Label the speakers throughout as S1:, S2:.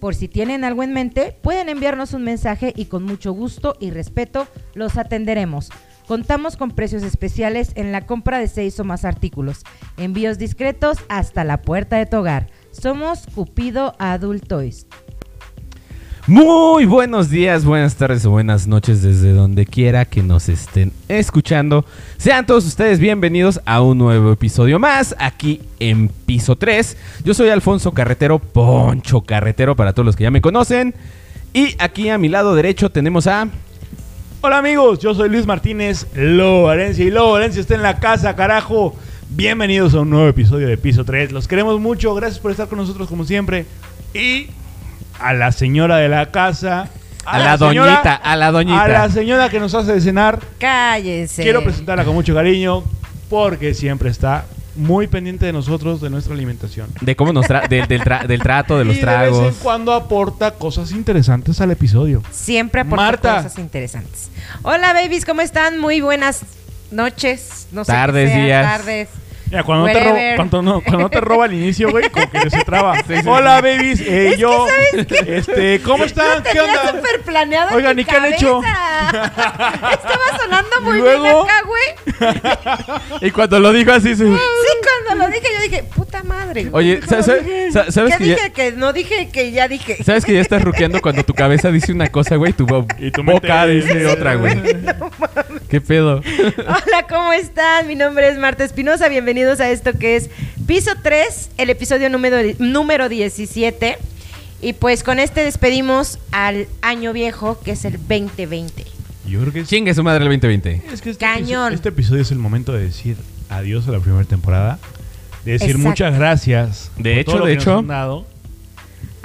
S1: Por si tienen algo en mente, pueden enviarnos un mensaje y con mucho gusto y respeto los atenderemos. Contamos con precios especiales en la compra de seis o más artículos. Envíos discretos hasta la puerta de tu hogar. Somos Cupido Adult Toys.
S2: Muy buenos días, buenas tardes o buenas noches desde donde quiera que nos estén escuchando. Sean todos ustedes bienvenidos a un nuevo episodio más aquí en Piso 3. Yo soy Alfonso Carretero, Poncho Carretero para todos los que ya me conocen. Y aquí a mi lado derecho tenemos a...
S3: Hola amigos, yo soy Luis Martínez Lorencia y Lorencia está en la casa, carajo. Bienvenidos a un nuevo episodio de Piso 3. Los queremos mucho, gracias por estar con nosotros como siempre. Y a la señora de la casa,
S2: A la
S3: señora-
S2: doñita, a la doñita.
S3: a la señora que nos hace de cenar.
S1: Cállese.
S3: Quiero presentarla con mucho cariño porque siempre está muy pendiente de nosotros, de nuestra alimentación.
S2: De cómo nos tra- del, del tra- del trato, de los
S3: y de vez
S2: tragos.
S3: en cuando aporta cosas interesantes al episodio.
S4: Siempre aporta
S3: Marta.
S4: cosas interesantes. Hola, babies, ¿cómo están? Muy buenas noches. No sé qué
S2: Tardes,
S4: sea,
S2: días.
S4: Tardes.
S3: Mira, cuando, no te
S4: Whatever.
S3: roba, cuando, no, cuando no te roba al inicio, güey, como que se traba. Hola, babies. eh, yo, este, ¿cómo están? ¿Qué
S4: Tenía
S3: onda?
S4: súper planeado.
S3: Oigan, ¿y qué han hecho?
S4: Estaba sonando muy
S3: ¿Y luego?
S4: bien acá, güey.
S2: Y cuando lo dijo así, se-
S4: Sí, cuando lo dije, yo dije, puta madre. güey.
S2: Oye, sa- sa- sa- ¿sabes
S4: ¿Qué
S2: que ya,
S4: dije que no dije que ya dije?
S2: ¿Sabes que ya estás ruqueando cuando tu cabeza dice una cosa, güey? y Tu, bo-
S3: Y tu
S2: boca
S3: mente-
S2: dice otra, güey. ¿Qué pedo?
S4: Hola, ¿cómo están? Mi nombre es Marta Espinosa. Bienvenidos a esto que es Piso 3, el episodio número, número 17. Y pues con este despedimos al año viejo, que es el 2020.
S3: Yo creo que es-
S2: Chingue su madre el 2020.
S3: Es que este,
S4: Cañón.
S3: episodio, este episodio es el momento de decir adiós a la primera temporada. De decir
S4: Exacto.
S3: muchas gracias.
S2: De hecho,
S3: todo lo
S2: de
S3: que nos
S2: hecho.
S3: han dado.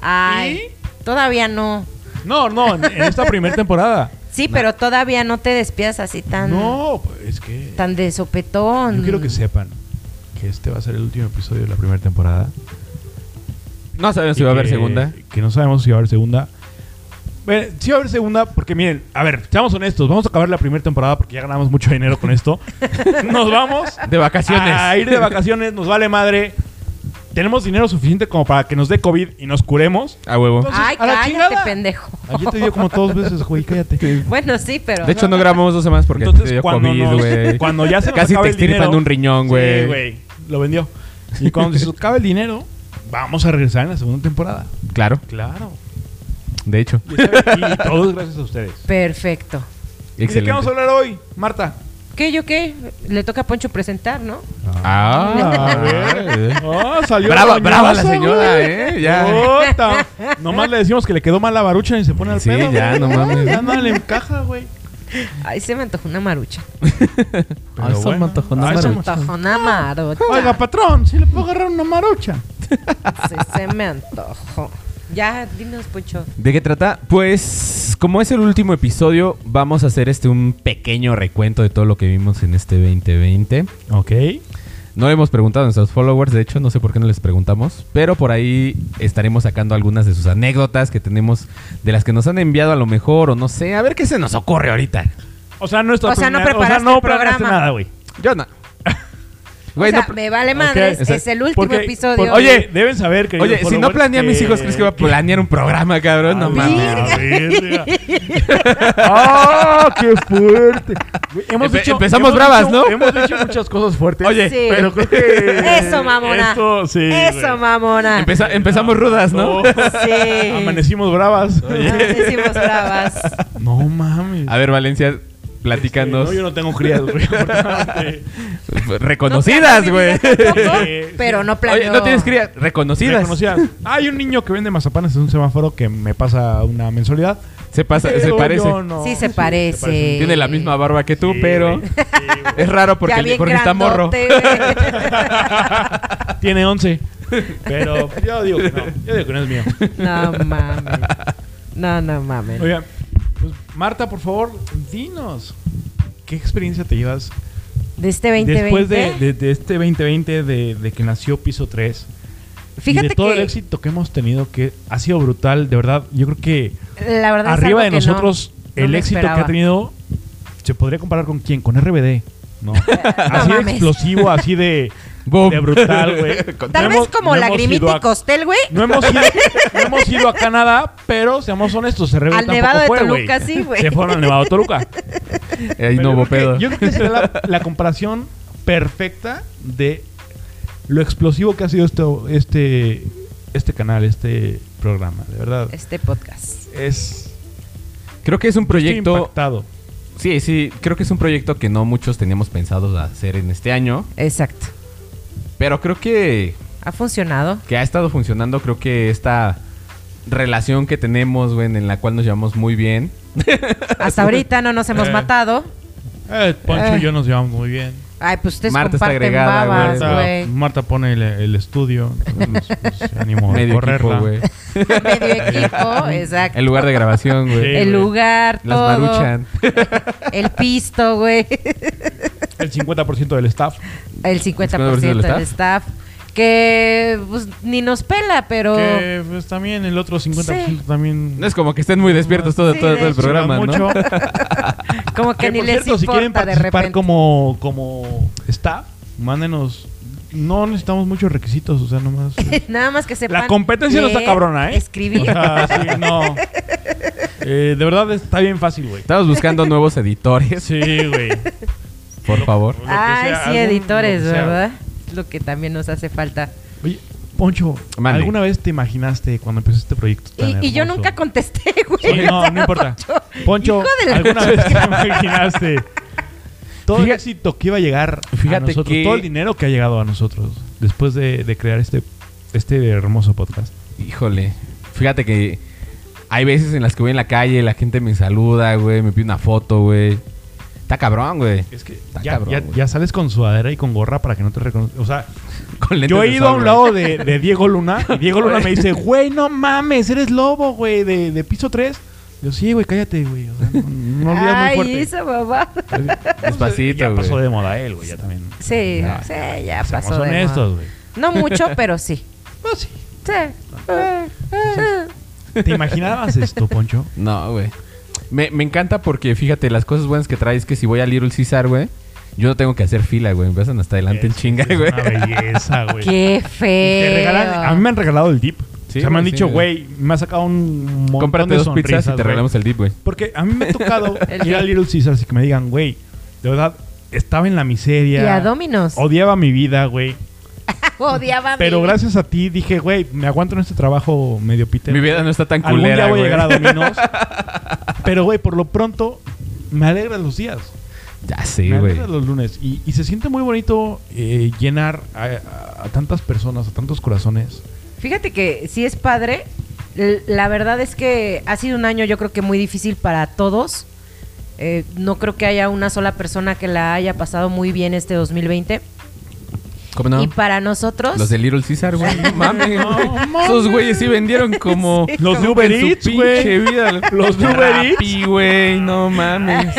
S4: Ay, todavía no.
S3: No, no, en, en esta primera temporada.
S4: Sí, pero todavía no te despidas así tan,
S3: No, pues, es que.
S4: tan de sopetón.
S3: Yo quiero que sepan que este va a ser el último episodio de la primera temporada.
S2: No sabemos si
S3: Y
S2: va a haber
S3: que-
S2: segunda.
S3: Que no sabemos si va a haber segunda. Bueno, sí va a haber segunda porque miren, a ver, seamos honestos, vamos a acabar la primera temporada porque ya ganamos mucho dinero con esto. Nos vamos
S2: De vacaciones.
S3: a Ah, ir de vacaciones, nos vale madre. Tenemos dinero suficiente como para que nos dé COVID y nos curemos.
S2: A huevo.
S3: Entonces,
S4: Ay,
S3: a la
S4: cállate,
S3: chingada.
S4: pendejo.
S3: Ayer te dio como dos veces, güey, cállate.
S4: Bueno, sí, pero...
S2: De hecho, no grabamos dos semanas porque te
S3: Entonces,
S2: dio
S3: cuando,
S2: COVID,
S3: nos-
S2: güey.
S3: cuando ya se nos
S2: Casi
S3: acaba
S2: te
S3: el dinero-
S2: extirpan un riñón,
S3: Sí,
S2: güey.
S3: güey, lo vendió. Y cuando se nos acaba el dinero, vamos a regresar en la segunda temporada.
S2: claro,
S3: Claro.
S2: de hecho.
S3: Y, y todo es gracias a ustedes.
S4: Perfecto.
S3: ¿Y de qué vamos a
S2: Excelente.
S3: hablar hoy, Marta?
S4: ¿Qué, yo qué? Le toca a Poncho presentar, ¿no?
S2: Ah, güey.
S4: Oh,
S3: Ah, salió
S2: brava,
S3: roñosa,
S2: brava la señora,
S3: güey.
S2: eh. Ya.
S3: Puta. Nomás le decimos que le quedó mal la barucha y se pone al
S2: Sí,
S3: pedo. güey.
S2: ya, no mames.
S3: Ya no le encaja, güey.
S4: Ay, se me antojó una marucha.
S3: Pero
S2: Ay, se me
S3: Ah, bueno. Ah,
S2: antojó una
S3: Ay, se me
S2: marucha.
S4: antojó una marucha.
S3: Oiga, patrón, si le puedo agarrar una marucha.
S4: Sí, se me antojó. Ya, dinos, Poncho.
S2: ¿De qué trata? Pues, como es el último episodio, vamos a hacer este un pequeño recuento de todo lo que vimos en este 2020.
S3: Ok.
S2: No le hemos preguntado a nuestros followers, de hecho, no sé por qué no les preguntamos, pero por ahí estaremos sacando algunas de sus anécdotas que tenemos, de las que nos han enviado a lo mejor, o no sé, a ver qué se nos ocurre ahorita.
S3: O sea, no está
S4: O sea, no
S3: planeado-
S4: preparaste el
S3: planeaste
S4: programa.
S3: nada, güey.
S2: Yo no. Güey,
S4: o sea,
S2: no pl-
S4: me vale madres,
S3: Ok,
S4: es el último
S3: Porque-
S4: episodio.
S3: porque- oye, deben saber que.
S2: Oye, si no planea a mis hijos, ¿crees que va a planear un programa, cabrón? No mames.
S3: ¡Ah, qué fuerte! Hemos
S2: Empe- empezamos bravas,
S3: dicho-
S2: ¿no?
S3: Hemos dicho muchas cosas fuertes.
S2: Oye,
S4: Sí.
S3: pero creo que.
S4: Eso, mamona.
S3: Esto, sí.
S4: Eso,
S3: güey.
S4: mamona.
S2: Empeza- empezamos rudas, ¿no?
S4: Sí.
S3: Amanecimos bravas.
S4: Amanecimos bravas.
S3: No mames.
S2: A ver, Valencia, platícanos.
S3: No, yo no tengo crías, güey. afortunadamente.
S2: Reconocidas,
S4: No planeó mi
S2: güey.
S4: vida tampoco,
S3: Sí, sí.
S4: pero no planeó.
S2: Oye, no tienes cría. Reconocidas.
S3: Reconocidas. Hay un niño que vende mazapanes en un semáforo que me pasa una mensualidad.
S2: Se pasa, se
S3: Pero
S2: parece.
S3: yo no.
S4: Sí, se parece.
S2: Tiene la misma barba que tú,
S3: Sí,
S2: pero
S3: güey. Sí, güey.
S2: es raro
S4: Ya
S2: porque,
S4: bien
S2: porque está morro.
S4: grandote, güey.
S3: Tiene 11. Pero yo digo que no. Yo digo que no es mío.
S4: No mames. No, no mames.
S3: Oigan, pues, Marta, por favor, dinos. ¿Qué experiencia te llevas
S4: De este 2020.
S3: después de, de- de este 2020 de, de que nació Piso 3? y
S4: Fíjate
S3: de todo
S4: que-
S3: el éxito que hemos tenido, que ha sido brutal, de verdad. Yo creo que
S4: La verdad es
S3: arriba de
S4: algo que no-
S3: nosotros
S4: no
S3: el
S4: me
S3: éxito que
S4: esperaba.
S3: ha tenido se podría comparar con quién, con RBD, ¿no? así de
S4: mames.
S3: explosivo, así de,
S2: Boom.
S3: de brutal, güey.
S4: Tal
S3: No
S4: vez
S3: hemos-
S4: como
S3: no hemos ido
S4: Lagrimita
S3: a-
S4: y Costel, güey.
S3: No hemos, ido, no hemos ido a Canadá, pero seamos honestos, RBD
S4: Al
S3: tampoco
S4: Nevado de
S3: fue,
S4: Toluca,
S3: güey.
S4: sí, güey.
S3: Se fueron al Nevado de Toluca.
S2: Ahí
S3: Pero
S2: no
S3: yo
S2: hubo
S3: creo que-
S2: pedo.
S3: Yo creo que será la, la comparación perfecta de lo explosivo que ha sido esto, este, este canal, este programa. De verdad,
S4: Este podcast.
S3: es
S2: Creo que es un
S3: estoy
S2: proyecto.
S3: impactado.
S2: Sí, sí, creo que es un proyecto que no muchos teníamos pensado hacer en este año.
S4: Exacto.
S2: Pero creo que,
S4: Ha funcionado.
S2: que ha estado funcionando. Creo que esta relación que tenemos, güey, en la cual nos llevamos muy bien.
S4: Hasta ahorita no nos hemos
S3: Eh.
S4: matado.
S3: Eh, Poncho
S2: Eh.
S3: y yo nos llevamos muy bien.
S4: Ay, pues ustedes
S2: Marta está
S4: comparten
S2: agregada,
S4: babas,
S3: Marta,
S4: güey.
S3: Marta pone el, el estudio. entonces, pues, se animó a
S2: Medio
S3: correrla.
S2: equipo, güey.
S4: Medio equipo, exacto.
S2: El lugar de grabación, güey.
S3: Sí.
S4: El lugar,
S2: Las
S4: todo.
S2: maruchan.
S4: El pisto, güey.
S3: El 50% del staff.
S4: El 50%
S2: del
S4: del
S2: staff.
S4: staff. Que pues, ni nos pela, pero.
S3: Que pues, también el otro 50%
S4: Oh. Sí.
S3: también.
S2: No es como que estén muy despiertos todo,
S4: Sí,
S2: todo,
S4: de
S2: todo el
S4: hecho.
S2: programa, ¿no?
S3: Mucho.
S4: Como que,
S3: Que,
S4: ni
S3: por
S4: les
S3: cierto,
S4: importa
S3: si quieren
S4: de repente.
S3: participar como, como staff, mándenos. No necesitamos muchos requisitos, o sea, nomás.
S4: Nada más que sepan.
S3: La competencia no está
S4: leer,
S3: cabrona, ¿eh?
S4: Escribir.
S3: O sea, sí, no. Eh, de verdad está bien fácil, güey.
S2: Estamos buscando nuevos editores,
S3: Sí, güey.
S2: por favor.
S3: Lo que
S4: Ay,
S3: sea,
S4: sí,
S3: algún-
S4: editores,
S3: lo que sea.
S4: ¿verdad? Lo que también nos hace falta.
S3: Oye, Poncho,
S2: Mande.
S3: ¿alguna vez te imaginaste cuando empezó este proyecto? tan
S4: Y, y yo
S3: hermoso?
S4: nunca contesté, güey.
S3: Sí,
S4: O
S3: no,
S4: sea,
S3: no importa.
S4: Poncho,
S3: Poncho,
S4: hijo de la-
S3: ¿alguna vez te imaginaste todo el
S2: Fíjate-
S3: éxito que iba a llegar
S2: fíjate
S3: a nosotros,
S2: que-
S3: todo el dinero que ha llegado a nosotros después de, de crear este, este hermoso podcast?
S2: Híjole. Fíjate que hay veces en las que voy en la calle, la gente me saluda, güey, me pide una foto, güey. Está cabrón, güey.
S3: Es que
S2: Está
S3: ya,
S2: cabrón,
S3: ya-
S2: güey.
S3: ya sales con sudadera y con gorra para que no te reconozcan. O sea,
S2: Con lentes
S3: yo he
S2: de
S3: ido a
S2: sol,
S3: un
S2: güey.
S3: lado de, de Diego Luna y Diego Luna me dice, güey, no mames, eres lobo, güey, de, de piso 3. Yo, sí, güey, cállate, güey. O sea, no, no olvides muy
S4: Ay,
S3: fuerte.
S4: esa mamá.
S2: Despacito,
S3: ya pasó
S2: güey.
S3: de moda él, güey, ya también.
S4: Sí,
S2: No,
S4: sí, ya
S3: pues, Seamos
S4: pasó. de
S3: honestos,
S4: moda.
S3: güey.
S4: No mucho, pero sí.
S3: No, Pues sí.
S4: Sí. Eh, eh.
S3: ¿Te imaginabas esto, Poncho?
S2: No, güey. Me, me encanta porque, fíjate, las cosas buenas que traes es que si voy a Little César, güey, yo no tengo que hacer fila, güey. Empiezan hasta adelante en
S3: Es-
S2: chinga,
S3: es
S2: güey.
S3: Una belleza, güey.
S4: Qué
S3: Y
S4: feo.
S3: te regalan- a mí me han regalado el dip.
S2: Sí,
S3: o sea, me han
S2: güey, sí,
S3: dicho,
S2: güey.
S3: güey, me ha sacado un montón
S2: Cómprate
S3: de
S2: dos pizzas y
S3: sonrisas,
S2: te
S3: güey".
S2: regalamos el dip, güey.
S3: Porque a mí me ha tocado
S4: El
S3: ir a
S4: dip.
S3: Little Caesars y que me digan, güey, de verdad, estaba en la miseria.
S4: Y a Dominos.
S3: Odiaba mi vida, güey.
S4: Odiaba a mí.
S3: Pero gracias a ti dije, güey, me aguanto en este trabajo medio pite.
S2: Mi vida no está tan
S3: Algún
S2: culera,
S3: día voy a
S2: güey.
S3: llegar a Dominos. pero, güey, por lo pronto, me alegran los días.
S2: Ya sé,
S3: Me
S2: güey.
S3: alegra los lunes. Y, y se siente muy bonito eh, llenar a, a- a tantas personas, a tantos corazones.
S4: Fíjate que sí es padre. L- La verdad es que ha sido un año yo creo que muy difícil para todos. Eh, no creo que haya una sola persona que la haya pasado muy bien este 2020.
S2: ¿Cómo no?
S4: Y para nosotros...
S2: Los de Little Caesar, güey. No mames, güey.
S3: mames.
S2: Esos güeyes sí vendieron como.
S3: Los de
S2: como
S3: Uber
S2: en su
S3: Eats,
S2: pinche
S3: güey.
S2: vida.
S3: Los de Uber
S2: Rappi, güey. No mames.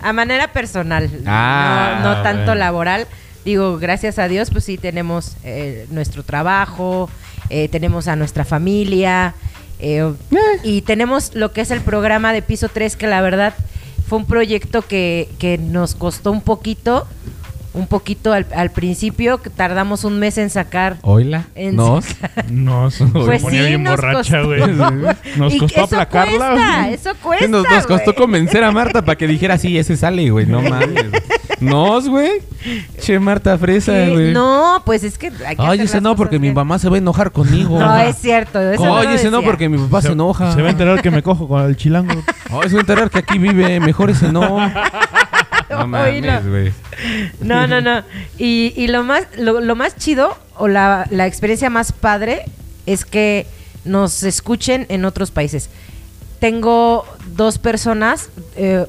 S4: A manera personal,
S2: Ah,
S4: no, no tanto
S2: bueno.
S4: laboral. Digo, gracias a Dios, pues sí tenemos eh, nuestro trabajo, eh, tenemos a nuestra familia eh, y tenemos lo que es el programa de Piso 3, que la verdad fue un proyecto que, que nos costó un poquito, un poquito al, al principio, que tardamos un mes en sacar.
S2: Hola.
S4: En-
S2: Nos.
S3: No, se
S4: Pues
S3: ponía
S4: sí,
S3: bien
S4: nos
S3: borracha,
S4: costó.
S3: güey. Nos
S4: Y
S3: costó
S4: eso
S3: aplacarla.
S4: Cuesta,
S3: güey.
S4: eso cuesta.
S2: Sí, nos, nos costó
S4: güey.
S2: convencer a Marta para que dijera, sí, ese sale, güey. No mames. Nos, güey. Che, Marta Fresa,
S4: Sí,
S2: güey.
S4: No, pues es que. hay que
S2: Ay,
S4: hacer
S2: ese
S4: las
S2: no,
S4: cosas
S2: porque mi
S4: bien.
S2: mamá se va a enojar conmigo.
S4: No, es cierto. Eso no
S2: Ay,
S4: lo
S2: ese no,
S4: decía.
S2: porque mi papá se, enoja.
S3: Se va a enterar que me cojo con el chilango.
S2: Ay, se va a enterar que aquí vive. Mejor ese no. No
S4: Oílo.
S2: mames, güey.
S4: No, no, no. Y, y lo más lo, lo más chido o la, la experiencia más padre es que nos escuchen en otros países. Tengo dos personas eh,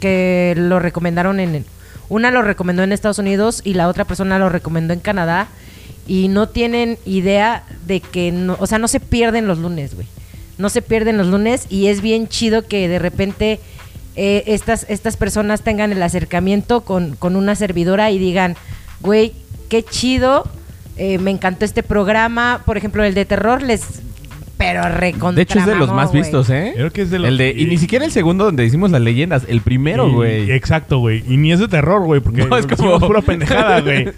S4: que lo recomendaron en... Una lo recomendó en Estados Unidos y la otra persona lo recomendó en Canadá. Y no tienen idea de que... No, o sea, no se pierden los lunes, güey. No se pierden los lunes y es bien chido que de repente eh, estas, estas personas tengan el acercamiento con, con una servidora y digan, güey, qué chido, eh, me encantó este programa, por ejemplo, el de terror, les... Pero recontra
S2: De hecho, es de los
S4: mamó,
S2: más
S4: güey.
S2: vistos, ¿eh?
S3: Creo que es de los-
S2: El de, y eh, ni siquiera el segundo donde hicimos las leyendas, el primero,
S3: Y-
S2: güey.
S3: Exacto, güey. Y ni es de terror, güey, porque
S2: No, es
S3: es
S2: como-
S3: pura pendejada, güey.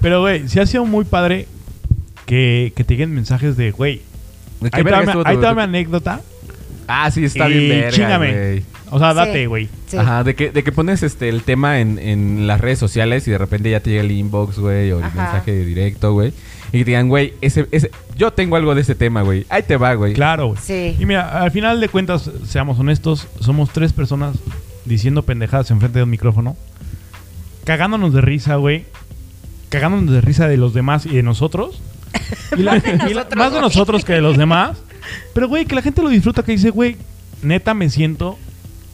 S3: Pero, güey, sí ha sido muy padre que, que te lleguen mensajes de, güey,
S2: ¿De qué
S3: ahí te
S2: verga
S3: va mi-
S2: estuvo tu-
S3: ahí te va mi anécdota.
S2: Ah, sí, está
S3: y
S2: bien verga,
S3: chíngame.
S2: güey.
S3: O sea,
S4: Sí.
S3: date, güey.
S4: Sí.
S2: Ajá, de que, de que pones este el tema en, en las redes sociales y de repente ya te llega el inbox, güey, o el
S4: Ajá.
S2: mensaje directo, güey. Y que te digan, güey, ese, ese, yo tengo algo de ese tema, güey. Ahí te va, güey.
S3: Claro, güey.
S4: Sí.
S3: Y mira, al final de cuentas, seamos honestos, somos tres personas diciendo pendejadas enfrente de un micrófono, cagándonos de risa, güey. Cagándonos de risa de los demás y de nosotros. Y la-
S4: Más de
S3: y la-
S4: nosotros,
S3: más de
S4: güey.
S3: nosotros que de los demás. Pero, güey, que la gente lo disfruta, que dice, güey, neta me siento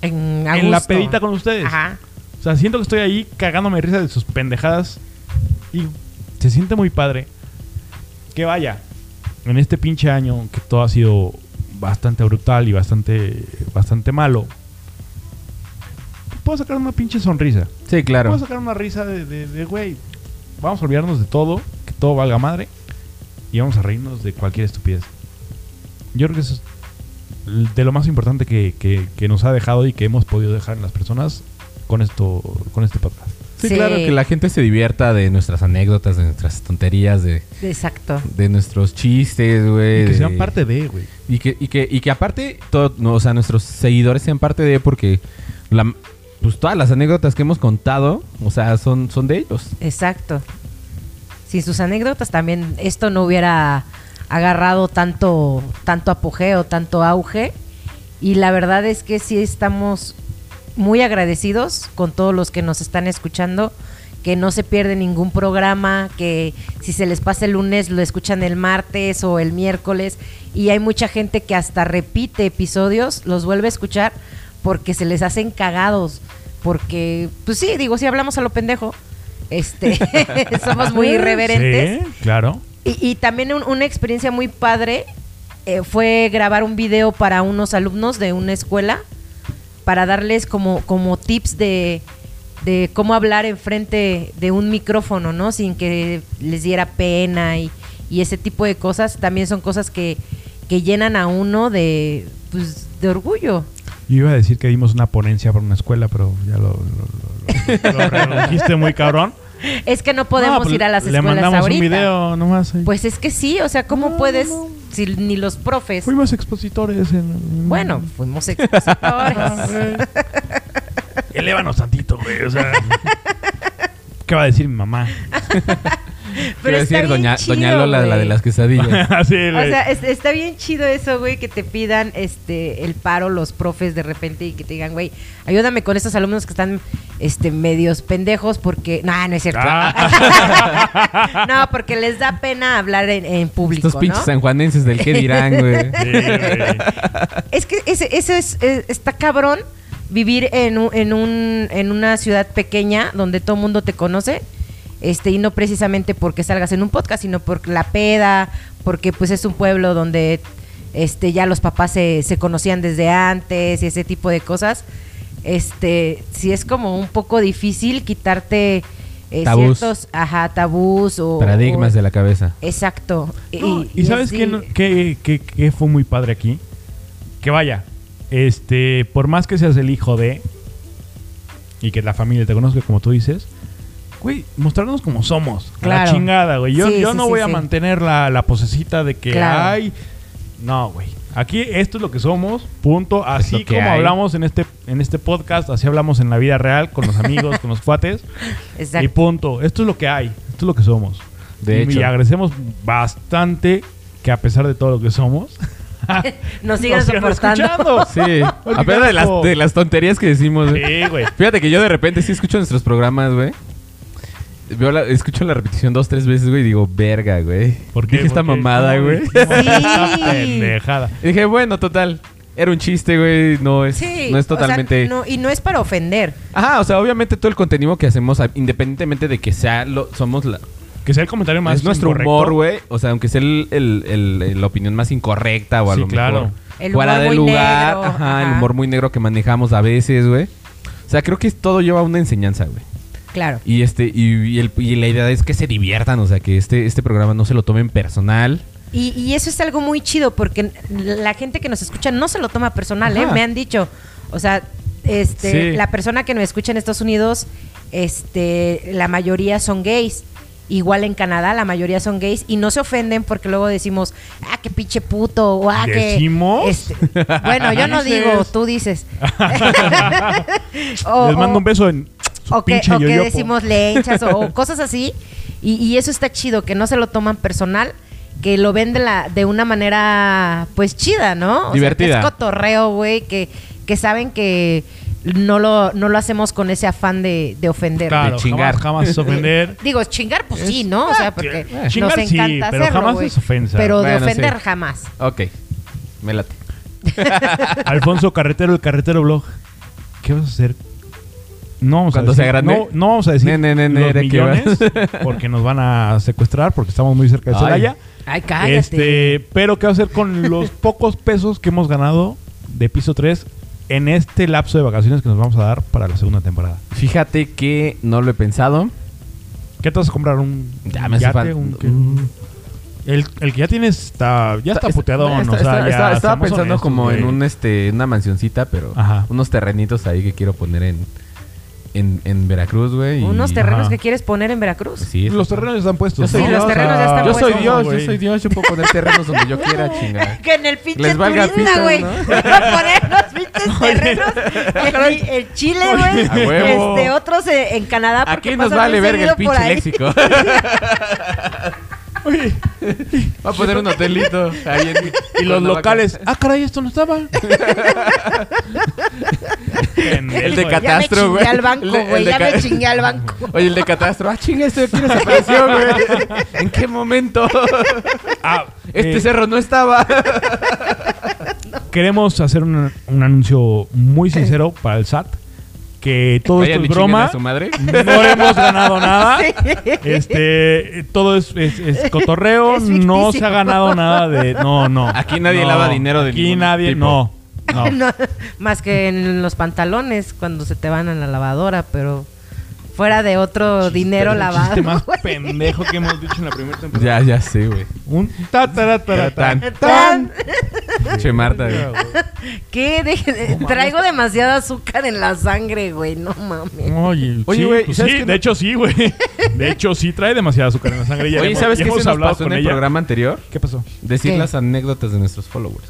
S4: En, a
S3: en la
S4: gusto.
S3: pedita con ustedes.
S4: Ajá.
S3: O sea, siento que estoy ahí cagándome de risa de sus pendejadas. Y se siente muy padre. Que vaya, en este pinche año que todo ha sido bastante brutal y bastante, bastante malo, puedo sacar una pinche sonrisa.
S2: Sí, claro.
S3: Puedo sacar una risa de, de, de, güey. Vamos a olvidarnos de todo, que todo valga madre. Y vamos a reírnos de cualquier estupidez. Yo creo que eso es l- de lo más importante que, que- que nos ha dejado y que hemos podido dejar en las personas con esto con este podcast.
S2: Sí,
S4: Sí.
S2: claro, que la gente se divierta de nuestras anécdotas, de nuestras tonterías, de,
S4: Exacto.
S2: de nuestros chistes, güey.
S3: Y que
S2: de-
S3: sean parte de, güey.
S2: Y que, y que, y que aparte, todo, no, o sea, nuestros seguidores sean parte de porque la, pues todas las anécdotas que hemos contado, o sea, son, son de ellos.
S4: Exacto. Sin sus anécdotas también esto no hubiera agarrado tanto, tanto apogeo, tanto auge. Y la verdad es que sí estamos muy agradecidos con todos los que nos están escuchando, que no se pierde ningún programa, que si se les pasa el lunes lo escuchan el martes o el miércoles. Y hay mucha gente que hasta repite episodios, los vuelve a escuchar porque se les hacen cagados. Porque, pues sí, digo, si hablamos a lo pendejo, este, somos muy irreverentes.
S3: Sí, claro.
S4: Y, y también un- una experiencia muy padre eh, fue grabar un video para unos alumnos de una escuela para darles como, como tips de, de cómo hablar enfrente de un micrófono, ¿no? Sin que les diera pena y, y ese tipo de cosas. También son cosas que, que llenan a uno de, pues, de orgullo.
S3: Yo iba a decir que dimos una ponencia para una escuela, pero ya lo, lo, lo- lo- lo redujiste muy cabrón.
S4: Es que no podemos
S3: No, pues,
S4: ir a las
S3: Le
S4: escuelas
S3: mandamos
S4: ahorita.
S3: un video nomás. ahí.
S4: Pues es que sí, o sea, ¿cómo
S3: No,
S4: puedes
S3: no, no.
S4: si ni los profes?
S3: Fuimos expositores en...
S4: Bueno, fuimos
S3: Ah,
S4: expositores.
S3: Elévanos tantito, güey. O sea. ¿Qué va a decir mi mamá?
S4: Pero
S2: Quiero
S4: está
S2: decir,
S4: bien
S2: doña,
S4: chido,
S2: doña Lola, la de
S4: güey.
S2: las quesadillas.
S3: Así,
S4: O
S3: güey.
S4: sea, es- está bien chido eso, güey, que te pidan este el paro los profes de repente y que te digan, güey, ayúdame con estos alumnos que están este medios pendejos porque no, no es cierto.
S3: Ah.
S4: no, porque les da pena hablar en, en público,
S2: Estos pinches
S4: ¿no?
S2: sanjuanenses del que dirán, güey.
S3: Sí, güey.
S4: Es que ese, ese es, eh, está cabrón vivir en, un- en, un, en una ciudad pequeña donde todo el mundo te conoce. Este, y no precisamente porque salgas en un podcast, sino por la peda, porque pues es un pueblo donde este, ya los papás se, se conocían desde antes y ese tipo de cosas. Este, sí es como un poco difícil quitarte eh,
S2: Tabús.
S4: ciertos ajá, tabús o
S2: Paradigmas
S4: o-
S2: de la cabeza.
S4: Exacto.
S3: No, y, sabes
S4: así.
S3: qué, no- qué- qué- qué fue muy padre aquí? Que vaya, este, por más que seas el hijo de y que la familia te conozca como tú dices, güey, mostrarnos como somos. a La
S4: Claro.
S3: chingada, güey. Yo,
S4: Sí,
S3: yo
S4: sí,
S3: no
S4: sí,
S3: voy a
S4: sí.
S3: mantener la, la posecita de que
S4: Claro.
S3: hay. No, güey. Aquí esto es lo que somos, punto. Así
S2: lo que
S3: como
S2: hay.
S3: hablamos en este, en este podcast, así hablamos en la vida real, con los amigos, con los cuates.
S4: Exacto.
S3: Y punto. Esto es lo que hay. Esto es lo que somos.
S2: De
S3: y,
S2: hecho.
S3: Y agradecemos bastante que a pesar de todo lo que somos,
S4: Nos sigan soportando.
S3: escuchando.
S2: Sí. A pesar de las, de las tonterías que decimos, güey.
S3: Sí, güey.
S2: Fíjate que yo de repente sí escucho nuestros programas, güey. Veo la- escucho la repetición dos, tres veces, güey, y digo, verga, güey.
S3: ¿Por
S2: Dije esta
S3: Porque
S2: mamada,
S3: no
S2: güey.
S3: dijimos esta
S4: Sí.
S3: Pendejada.
S2: Y dije, bueno, total. Era un chiste, güey. No es,
S4: Sí,
S2: no es
S4: o sea,
S2: totalmente.
S4: no- y no es para ofender.
S2: Ajá, o sea, obviamente todo el contenido que hacemos, a- independientemente de que sea lo, somos la,
S3: Que sea el comentario más
S2: es nuestro
S3: incorrecto.
S2: humor, güey. O sea, aunque sea el- el- el- el- la opinión más incorrecta o a
S3: Sí,
S2: lo
S3: claro.
S2: mejor
S4: El
S2: fuera
S4: humor
S2: de
S4: muy
S2: lugar.
S4: negro,
S2: ajá, el
S4: ajá.
S2: humor muy negro que manejamos a veces, güey. O sea, creo que todo lleva una enseñanza, güey.
S4: Claro.
S2: Y este y, y el- y la idea es que se diviertan, o sea, que este, este programa no se lo tomen personal.
S4: Y, y eso es algo muy chido porque la gente que nos escucha no se lo toma personal, ¿eh?
S2: Ajá.
S4: Me han dicho, o sea, este,
S2: Sí.
S4: la persona que me escucha en Estados Unidos, este, la mayoría son gays. Igual en Canadá la mayoría son gays y no se ofenden porque luego decimos, ah, qué pinche puto, o ah, que...
S3: ¿Decimos?
S4: bueno, yo no
S3: Dices.
S4: digo, tú dices. O-
S3: Les mando
S4: o-
S3: un beso en su
S4: o que,
S3: pinche
S4: o que
S3: yoyopo.
S4: oh. decimos lechas o, o cosas así. Y, y eso está chido, que no se lo toman personal, que lo ven de, la, de una manera pues chida, ¿no? O sea, que
S2: Divertida.
S4: es cotorreo, güey, que, que saben que no lo, no lo hacemos con ese afán de, de ofender.
S3: Claro,
S2: de chingar.
S3: Jamás, jamás ofender.
S4: Digo, chingar, pues sí, ¿no? O sea, porque
S3: que-
S4: nos
S3: chingar
S4: encanta
S3: sí, pero
S4: hacerlo,
S3: jamás
S4: güey.
S3: es ofensa.
S4: Pero de
S2: Bueno,
S4: ofender
S2: sí.
S4: jamás.
S2: Ok, me late.
S3: Alfonso Carretero, el Carretero Blog. ¿Qué vas a hacer? No vamos
S2: Cuando
S3: a decir,
S2: sea grande.
S3: No, no vamos a decir
S2: Ne, ne, ne, ne,
S3: los
S2: ¿de qué va?
S3: millones porque nos van a secuestrar porque estamos muy cerca de
S2: Ay.
S3: Celaya.
S4: Ay, cállate.
S3: Este, pero ¿qué va a hacer con los pocos pesos que hemos ganado de piso 3 en este lapso de vacaciones que nos vamos a dar para la segunda temporada?
S2: Fíjate que no lo he pensado.
S3: ¿Qué te vas a comprar? ¿Un
S2: Ya me hace
S3: yate?
S2: falta-
S3: ¿Un qué?
S2: Mm.
S3: el, el que ya tienes está, ya está, puteado.
S2: está- está- está- estaba pensando como en un, este, una mansioncita, pero
S3: Ajá.
S2: unos terrenitos ahí que quiero poner en, en, en Veracruz, güey. y- pues
S4: Unos terrenos
S3: Ajá.
S4: que quieres poner en Veracruz.
S2: Sí, está-
S3: Los terrenos ya están puestos.
S2: Sí,
S3: ¿no?
S2: los
S3: O sea,
S4: terrenos ya están
S2: Yo soy
S4: puestos,
S2: Dios,
S3: güey.
S2: yo soy Dios, yo puedo poner terrenos donde yo quiera, chingar.
S4: Que en el pinche
S2: Les valga
S4: turista,
S2: pito,
S4: güey.
S2: ¿no? Ah,
S4: Van a poner los pinches terrenos. el, el Chile,
S2: A
S4: güey.
S2: huevo.
S4: Este, otros eh, en Canadá. porque
S2: Aquí nos
S4: pasan
S2: vale
S4: muy
S2: verga el
S4: seguido por
S2: pinche
S4: ahí.
S2: léxico. Va a poner un hotelito ahí en-
S3: Y los
S2: Cuernavaca.
S3: locales, ah, caray, esto no estaba.
S2: El de
S4: Ya me
S2: catastro, güey.
S4: chingué al banco,
S2: El de- el
S4: güey.
S2: de
S4: Ya
S2: ca-
S4: me chingué al banco.
S2: Oye, el de catastro. Ah, chinga, esto aquí desapareció, güey. ¿En qué momento?
S3: Ah,
S2: Este
S3: eh,
S2: cerro no estaba.
S3: queremos hacer un, un anuncio muy sincero para el SAT. Que todo
S2: Vayan y
S3: esto es
S2: chinguen
S3: broma.
S2: a su madre.
S3: No hemos ganado nada. Este, eh, todo es, es- es cotorreo.
S4: Es
S3: no se
S4: ficticio.
S3: ha ganado nada de. No, no.
S2: Aquí nadie
S3: No,
S2: lava dinero de
S3: Aquí
S2: ningún
S3: nadie.
S2: tipo.
S3: No, no.
S4: No, más que en los pantalones cuando se te van a la lavadora, pero fuera de otro dinero
S3: El
S4: lavado.
S3: chiste más
S4: güey.
S3: pendejo que hemos dicho en la primera temporada.
S2: Ya, ya sé, güey.
S3: Un tatarataratan.
S2: Tan.
S4: Tan.
S2: Che Marta, güey.
S4: ¿Qué? Deje- traigo demasiado azúcar en la sangre, güey. No mames.
S3: Oye,
S2: Oye,
S3: sí,
S2: güey,
S3: pues
S2: ¿sabes
S3: sí,
S2: qué
S3: de
S2: no-
S3: hecho sí, güey. De hecho sí trae demasiada azúcar en la sangre. Ya
S2: Oye,
S3: hemos-
S2: ¿sabes
S3: ya
S2: qué
S3: hemos
S2: se nos
S3: hablado
S2: pasó en
S3: con
S2: el
S3: ella.
S2: programa anterior?
S3: ¿Qué pasó?
S2: Decir
S4: ¿Qué?
S2: las anécdotas de nuestros followers.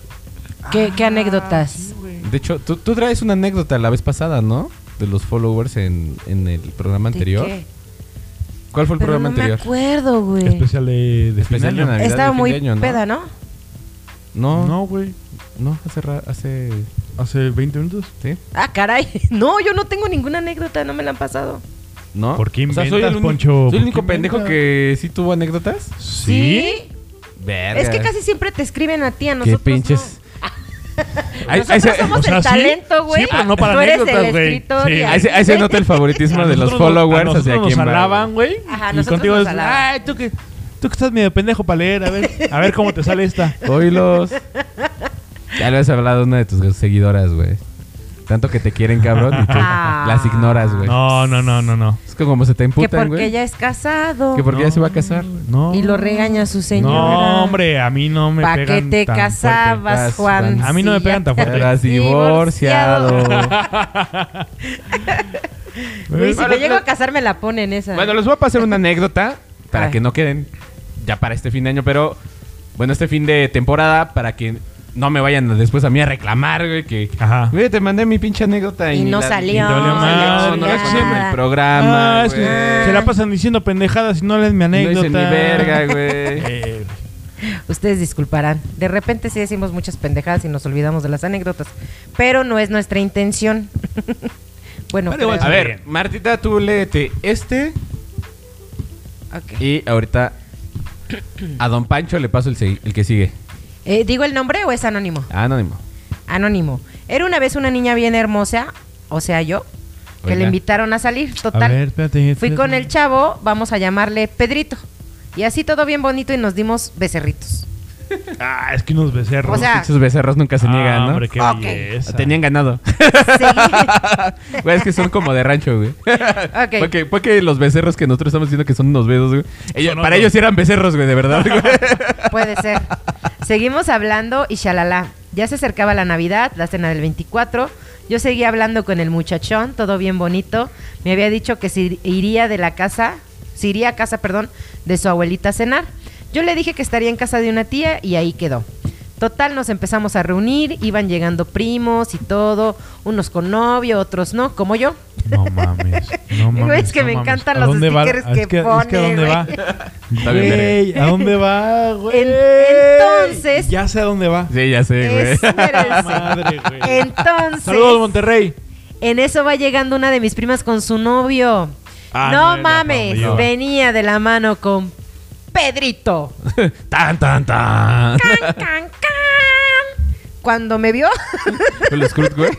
S4: ¿Qué, qué anécdotas?
S2: De hecho, tú, tú traes una anécdota la vez pasada, ¿no? De los followers en, en el programa anterior.
S4: ¿De qué?
S2: ¿Cuál fue el
S4: Pero
S2: programa
S4: no me
S2: anterior?
S4: acuerdo, güey.
S3: Especial de, de
S2: Especial de
S3: final.
S2: Navidad.
S4: Estaba
S2: de fin
S4: muy
S2: de año, ¿no?
S4: peda, ¿no?
S2: No, no,
S3: No, güey.
S2: no, hace, ra- hace...
S3: Hace 20 minutos.
S2: ¿Sí?
S4: Ah, caray. No, yo no tengo ninguna anécdota, no me la han pasado.
S2: ¿No?
S3: ¿Por qué
S2: soy el
S3: inventas,
S2: único-
S3: Poncho?
S2: ¿Soy
S3: ¿Por
S2: el único
S3: qué
S2: pendejo
S3: inventas?
S2: que sí tuvo anécdotas? Verga.
S4: Es que casi siempre te escriben a ti, a
S2: Qué
S4: nosotros.
S2: pinches...
S4: no.
S2: Ahí, ahí
S4: Nosotros
S2: se,
S4: somos
S3: o sea,
S4: el
S3: sí,
S4: talento,
S3: sí,
S4: güey.
S3: pero no para
S4: Tú eres
S3: anécdotas,
S4: el
S3: güey.
S4: escritor.
S3: Sí.
S4: y
S2: ahí se- ahí se nota el favoritismo de los followers hacia
S3: nos
S2: quien
S3: alaban, güey.
S4: Ajá,
S3: y
S4: nosotros
S3: contigo
S4: nos
S3: es,
S4: alaban.
S3: ay, tú que, tú que estás medio pendejo para leer. A ver, a ver cómo te sale esta.
S2: Oílos. Ya lo has hablado a una de tus seguidoras, güey. Tanto que te quieren, cabrón, y tú
S4: Ah.
S2: las ignoras, güey.
S3: No, no, no, no, no.
S2: Es que como se te
S4: Que
S2: emputan,
S4: porque
S2: güey.
S4: ya es casado.
S2: Que porque
S3: No.
S2: ya se va a casar.
S3: No.
S4: Y lo regaña su señora.
S3: No, hombre, a mí no me
S4: ¿Para qué
S3: pegan
S4: te
S3: tan fuerte.
S4: casabas,
S2: Vas,
S4: Juan?
S2: Juan.
S3: A mí no me
S4: Si
S3: pegan
S4: ya
S3: tan fuerte.
S4: te
S2: Estás
S4: has
S2: divorciado.
S4: Güey, si
S2: Bueno,
S4: me llego
S2: lo-
S4: a casar, me la ponen esa.
S2: Bueno, les voy a pasar una anécdota para
S4: Ay.
S2: que no queden ya para este fin de año, pero bueno, este fin de temporada para que no me vayan después a mí a reclamar, güey, que
S3: Ajá.
S2: Güey, te mandé mi pinche anécdota y,
S4: Y no
S2: la-
S4: salió,
S2: y
S3: valió
S2: no,
S3: madre.
S2: salió, no la conté en el
S4: Ah,
S2: programa,
S3: Ah, es que
S2: güey.
S3: se la pasan diciendo pendejadas y no leen mi
S2: No
S3: anécdota.
S2: hice ni verga, güey.
S3: Eh,
S4: Ustedes disculparán. De repente sí decimos muchas pendejadas y nos olvidamos de las anécdotas. Pero no es nuestra intención. bueno,
S3: Pero igual
S4: creo.
S2: A ver,
S3: Bien.
S2: Martita, tú léete este
S4: Ok.
S2: y ahorita a Don Pancho le paso el, segui- el que sigue.
S4: Eh, ¿Digo el nombre o es anónimo?
S2: Anónimo.
S4: Anónimo. Era una vez una niña bien hermosa, o sea, yo, que
S2: Oiga.
S4: le invitaron a salir. Total.
S3: A ver, espérate.
S4: Fui
S3: espérate.
S4: con el chavo, vamos a llamarle Pedrito. Y así todo bien bonito y nos dimos becerritos.
S3: Ah, es que unos becerros.
S4: O sea,
S2: Esos becerros nunca se
S3: Ah,
S2: niegan, ¿no?
S3: Hombre, qué
S4: Ok.
S3: belleza.
S2: Tenían ganado. Güey, es que son como de rancho, güey.
S4: Ok.
S2: Porque, porque los becerros que nosotros estamos diciendo que son unos besos, güey. Ellos-
S3: Son
S2: para
S3: otros.
S2: ellos sí eran becerros, güey, de verdad, güey.
S4: Puede ser. Seguimos hablando y shalala. Ya se acercaba la Navidad, la cena del 24. Yo seguía hablando con el muchachón, todo bien bonito. Me había dicho que se iría de la casa, se iría a casa, perdón, de su abuelita a cenar. Yo le dije que estaría en casa de una tía y ahí quedó. Total, nos empezamos a reunir, iban llegando primos y todo, unos con novio, otros no, como yo.
S5: No mames. No
S4: Güey,
S5: mames.
S4: es que
S5: no
S4: me
S5: mames.
S4: encantan
S5: ¿A
S4: los
S5: dónde va?
S4: stickers
S5: Ah, es
S4: que
S5: que, Es que ¿a
S4: pone,
S5: dónde va?
S2: Está bien,
S5: Güey, ¿a dónde va, güey?
S4: En- entonces-
S5: Ya sé a dónde va.
S2: Sí, ya sé, güey.
S4: Espérense.
S3: Madre, güey.
S4: Entonces.
S3: Saludos, Monterrey.
S4: En eso va llegando una de mis primas con su novio.
S3: Ah,
S4: no,
S3: no, no,
S4: mames,
S3: no, no.
S4: venía de la mano con Pedrito.
S2: Tan, tan, tan.
S4: Can, can, can. Cuando me vio,
S2: Con los Skrulls, güey.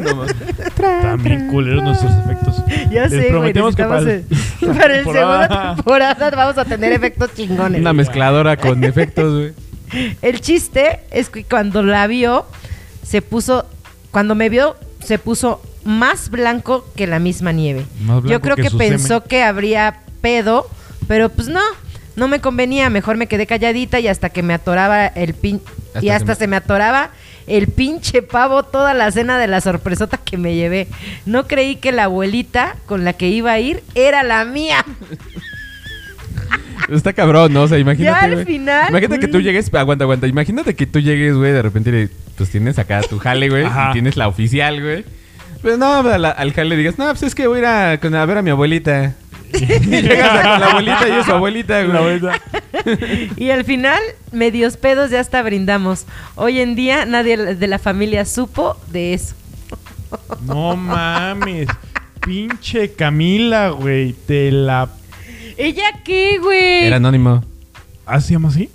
S2: No mames.
S3: También culeros nuestros efectos.
S4: ya
S3: Les
S4: sé, güey,
S3: prometemos que para el-
S4: necesitamos el- para el segunda
S3: temporada-
S4: temporada vamos a tener efectos chingones.
S2: Una mezcladora con efectos, güey.
S4: El chiste es que cuando la vio, se puso, cuando me vio, se puso más blanco que la misma nieve.
S5: Más blanco
S4: Yo creo
S5: que
S4: que,
S5: su
S4: pensó que habría pedo, pero pues no, no me convenía. Mejor me quedé calladita y hasta que me atoraba el pin...
S2: Hasta
S4: y
S2: se
S4: hasta
S2: me-
S4: se me atoraba el pinche pavo toda la cena de la sorpresota que me llevé. No creí que la abuelita con la que iba a ir era la mía.
S2: Está cabrón, ¿no? O sea, imagínate.
S4: Ya al
S2: güey.
S4: final,
S2: Imagínate que tú
S4: güey.
S2: llegues. Aguanta, aguanta. Imagínate que tú llegues, güey, de repente. le- Pues tienes acá tu jale, güey.
S3: Ajá.
S2: y Tienes la oficial, güey. Pues no, a la- al jale digas, no, pues es que voy a ir a, con- a ver a mi abuelita. y llegas a con la abuelita y es su abuelita, güey.
S3: La verdad.
S4: Y al final, medios pedos ya hasta brindamos. Hoy en día nadie de la familia supo de eso.
S3: No mames. Pinche Camila, güey. Te la.
S4: ¿Ella qué, güey?
S2: Era anónimo.
S3: ¿Ah, se llama así?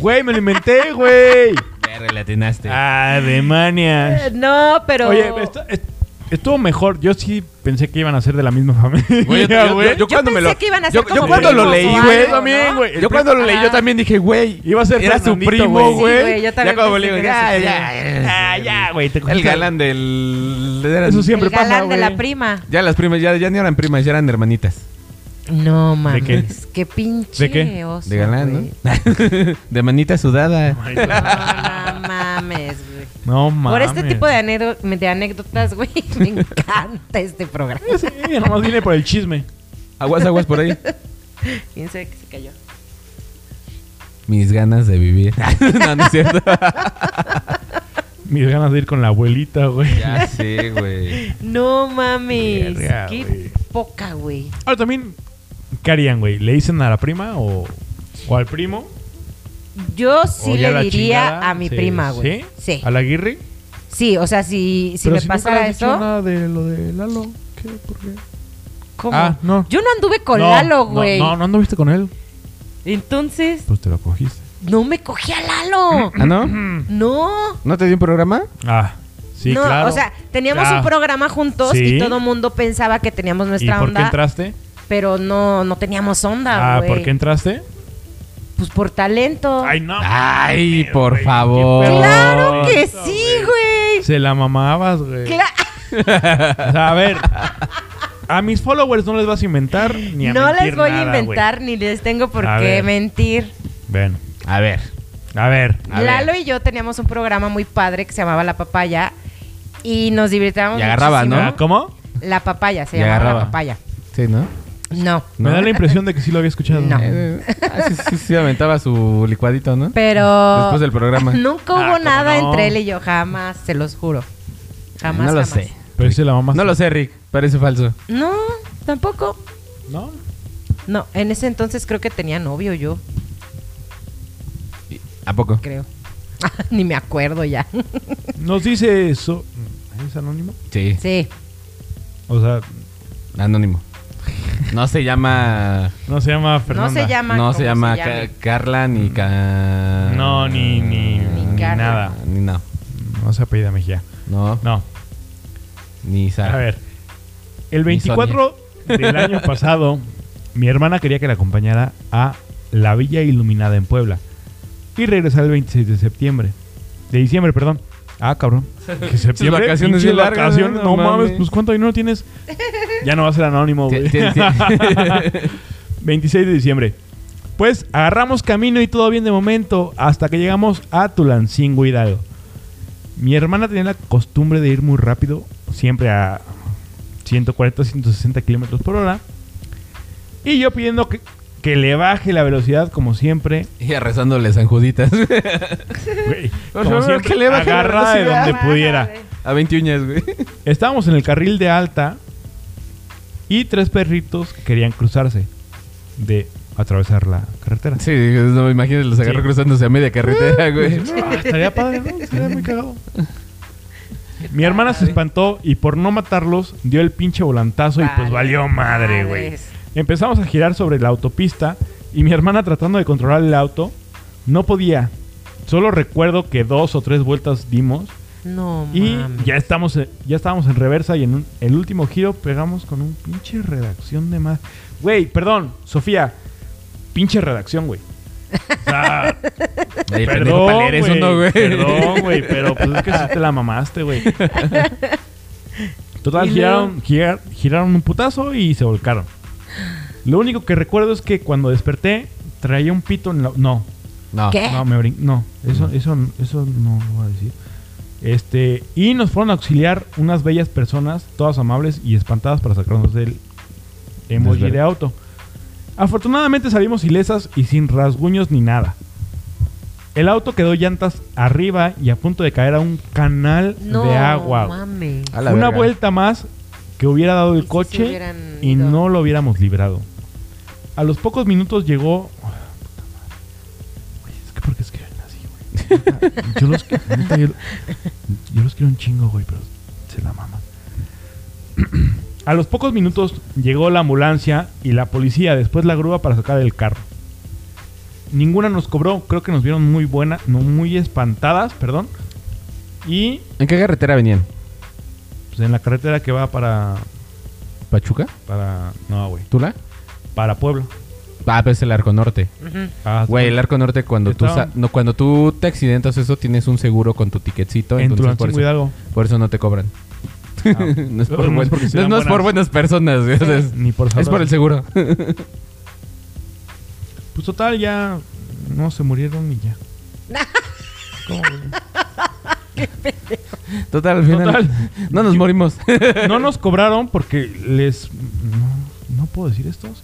S3: Güey, me lo inventé, güey.
S2: Verga, le atinaste.
S3: Ah, de manias.
S4: Eh, No, pero...
S3: Oye, esto- est- estuvo mejor. Yo sí pensé que iban a ser de la misma familia.
S2: Güey, yo- yo-
S3: güey.
S2: yo- cuando me
S4: pensé
S2: lo-
S4: que iban a
S2: yo-
S4: ser
S2: yo
S4: como
S2: cuando lo
S4: primos
S2: leí,
S4: o
S2: güey,
S4: algo,
S3: también,
S4: ¿no?
S3: güey. el
S2: Yo cuando lo leí, yo también dije, güey.
S3: ah. Iba a ser
S2: Era su
S3: Fernandito,
S2: primo,
S3: güey.
S4: Sí,
S2: güey.
S4: güey, yo
S2: ya
S4: también
S2: como
S4: pensé
S2: le digo,
S4: que
S2: ya,
S4: era su
S2: ya,
S3: Ah, ya, güey. te
S2: El
S3: cogiste-
S2: galán del. eran-
S3: Eso sí.
S4: el
S3: siempre pasa,
S4: galán de
S3: güey.
S4: la prima.
S2: Ya las primas, ya, ya ni eran primas, ya eran hermanitas.
S4: No, mames.
S3: qué?
S4: qué? pinche
S3: ¿De qué?
S4: oso,
S2: De galán,
S4: Oh, güey.
S2: ¿no? de manita sudada.
S3: Ay,
S4: No, no mames, güey.
S3: No mames.
S4: Por este tipo de, anedo- de anécdotas, güey, me encanta este programa.
S3: Sí, nomás viene por el chisme.
S2: Aguas, aguas por ahí.
S4: ¿Quién sabe que se cayó?
S2: Mis ganas de vivir. no, no es cierto.
S3: Mis ganas de ir con la abuelita, güey.
S2: ya sé, güey.
S4: No mames.
S3: Verga,
S4: qué
S3: güey.
S4: poca, güey.
S3: Ahora también, ¿qué harían, güey? ¿Le dicen a la prima o, o al primo?
S4: Yo
S3: ¿O
S4: sí
S3: ya
S4: le
S3: la
S4: diría
S3: chingada?
S4: a mi
S3: Sí.
S4: prima, güey.
S3: ¿Sí?
S4: Sí.
S3: ¿A la Aguirre?
S4: Sí, o sea, si, si
S3: Pero
S4: me
S3: si nunca le
S4: pasara
S3: has dicho
S4: eso.
S3: nada de lo de Lalo. ¿Qué? ¿Por qué?
S4: ¿cómo?
S3: Ah, no.
S4: Yo no anduve con
S3: No,
S4: Lalo,
S3: no,
S4: güey.
S3: No, no, anduviste con él.
S4: Entonces,
S3: Pues te lo cogiste.
S4: no me cogí a Lalo.
S2: ¿Ah, no?
S4: no.
S2: ¿No te dio un programa?
S3: Ah, sí,
S4: no,
S3: claro.
S4: o sea, teníamos
S3: Ah,
S4: un programa juntos
S3: Sí.
S4: y todo mundo pensaba que teníamos
S3: ¿Y
S4: nuestra
S3: por qué
S4: onda,
S3: entraste?
S4: pero no no teníamos onda,
S3: Ah,
S4: güey.
S3: ¿por qué entraste?
S4: Pues por talento.
S3: Ay, no.
S4: Ah.
S2: Ay,
S3: Pero,
S2: por
S3: güey,
S2: favor.
S4: claro que
S3: eso,
S4: sí, güey.
S3: Se la mamabas, güey.
S4: Cla-
S3: O sea, a ver. A mis followers no les vas a inventar ni a
S4: no
S3: mentir
S4: les voy
S3: nada,
S4: a
S3: güey.
S4: inventar ni les tengo por
S3: A
S4: qué
S3: ver.
S4: mentir.
S3: Bueno,
S2: A ver.
S3: a ver.
S2: A ver.
S4: Lalo y yo teníamos un programa muy padre que se llamaba La Papaya y nos divertíamos
S2: Y agarraba,
S4: muchísimo.
S3: Ah, ¿Cómo?
S4: La Papaya, se
S2: Y
S4: llamaba La
S2: agarraba.
S4: Papaya.
S2: Sí, ¿no?
S4: No,
S3: Me da la impresión de que sí lo había escuchado.
S4: No.
S2: Eh, ah, sí, sí, sí, aventaba su licuadito, ¿no? Eh,
S4: pero...
S2: Después del programa.
S3: Ah,
S4: Nunca hubo
S3: ¿cómo
S4: nada
S3: no?
S4: entre él y yo, jamás, se los juro. Jamás,
S2: no lo
S4: jamás.
S2: sé.
S3: Pero sí se la mamá.
S2: No lo sé, Rick. Parece falso.
S4: No, tampoco.
S3: ¿No?
S4: No, en ese entonces creo que tenía novio yo,
S2: ¿A poco?
S4: creo. Ni me acuerdo ya.
S3: Nos dice eso. ¿Es anónimo?
S2: Sí.
S4: sí.
S3: O sea,
S2: Anónimo. No se llama.
S3: no se llama Fernanda.
S4: No se llama.
S2: no se
S4: como
S2: llama
S4: llame. Mm.
S2: Ca- Carla ni Ca-
S3: No, ni, ni,
S4: Ni
S3: ni
S4: Carla.
S3: nada.
S2: Ni no.
S3: No se apellida Mejía.
S2: No.
S3: No.
S2: Ni Sara.
S3: A ver. El
S2: Ni Sonia.
S3: 24 del año pasado, mi hermana quería que la acompañara a la Villa Iluminada en Puebla. y regresar el 26 de septiembre. De diciembre, perdón. Ah, cabrón. Que septiembre,
S2: vacaciones
S3: pinches
S2: bien largas, ¿eh?
S3: vacaciones,
S2: ¿no? No
S3: No, mames,
S2: mames.
S3: pues ¿cuánto dinero tienes? Ya no va a ser anónimo,
S2: Ti-
S3: güey.
S2: ti- ti-
S3: 26 de diciembre. Pues agarramos camino y todo bien de momento hasta que llegamos a Tulancingo Hidalgo. Mi hermana tenía la costumbre de ir muy rápido, siempre a 140, 160 kilómetros por hora. Y yo pidiendo que, que le baje la velocidad, como siempre.
S2: Y rezándole a San Juditas.
S3: güey,
S2: Por
S3: como
S2: favor,
S3: siempre,
S2: que le baje la
S3: agarrada de
S2: velocidad.
S3: donde pudiera.
S2: a 21 uñas, güey.
S3: Estábamos en el carril de alta y tres perritos querían cruzarse de atravesar la carretera.
S2: Sí, no me imagino los agarró
S3: Sí.
S2: cruzándose a media carretera, güey.
S3: Ah, estaría padre, ¿no? Estaría muy cagado. Mi hermana se espantó y por no matarlos dio el pinche volantazo y pues valió madre, güey.
S4: madres.
S3: Empezamos a girar sobre la autopista y mi hermana tratando de controlar el auto no podía. Solo recuerdo que dos o tres vueltas dimos
S4: No,
S3: y
S4: mames.
S3: ya estamos en- ya estábamos en reversa y en un- el último giro pegamos con un pinche redacción de más. Güey, perdón, Sofía. Pinche redacción, güey. O sea,
S2: Ahí el pendejo para
S3: Perdón,
S2: leer eso, ¿no, güey?
S3: Perdón, güey, pero pues es que sí te la mamaste, güey. Total,
S4: Y
S3: giraron, girar- giraron un putazo y se volcaron. Lo único que recuerdo es que cuando desperté traía un pito en la... No,
S2: No.
S4: ¿Qué?
S3: no, me brin... No, eso, eso, eso no lo voy a decir. Este, y nos fueron a auxiliar unas bellas personas, todas amables y espantadas para sacarnos del emoji
S2: Desverde.
S3: de auto. Afortunadamente salimos ilesas y sin rasguños ni nada. El auto quedó llantas arriba y a punto de caer a un canal
S4: No,
S3: de agua.
S4: mames.
S2: A la
S3: Una
S2: verga.
S3: vuelta más que hubiera dado
S4: Y
S3: el
S4: si se
S3: coche
S4: hubieran
S3: y
S4: ido.
S3: no lo hubiéramos librado. A los pocos minutos llegó. Puta madre. Güey, es que ¿por qué escriben así, güey? Neta, Yo los, neta, yo, yo los quiero un chingo, güey, pero se la maman. A los pocos minutos llegó la ambulancia y la policía, después la grúa para sacar el carro. Ninguna nos cobró, creo que nos vieron muy buena, no muy espantadas, perdón. Y
S2: ¿En qué carretera venían?
S3: pues, en la carretera que va para
S2: ¿Pachuca?
S3: para. No, güey.
S2: ¿Tula?
S3: Para Pueblo.
S2: Ah, pero es el Arco Norte.
S4: Ujú.
S3: Ah,
S2: Güey, el Arco Norte cuando tú,
S3: Está-
S2: sa- no, cuando tú te accidentas eso tienes un seguro con tu ticketcito.
S3: En
S2: entonces por
S3: Tulancingo
S2: eso,
S3: Hidalgo.
S2: por eso no te cobran. no es por,
S3: No es
S2: buen-
S3: porque
S2: no-
S3: sean
S2: no es por buenas
S3: buenas.
S2: personas. güey, o sea, es,
S3: Ni por
S2: es por el seguro.
S3: Pues total, ya. No, se murieron y ya. ¿Cómo, güey?
S2: Total, al final.
S3: Total.
S2: No nos morimos.
S3: no nos cobraron porque les. No, no puedo decir esto. sí.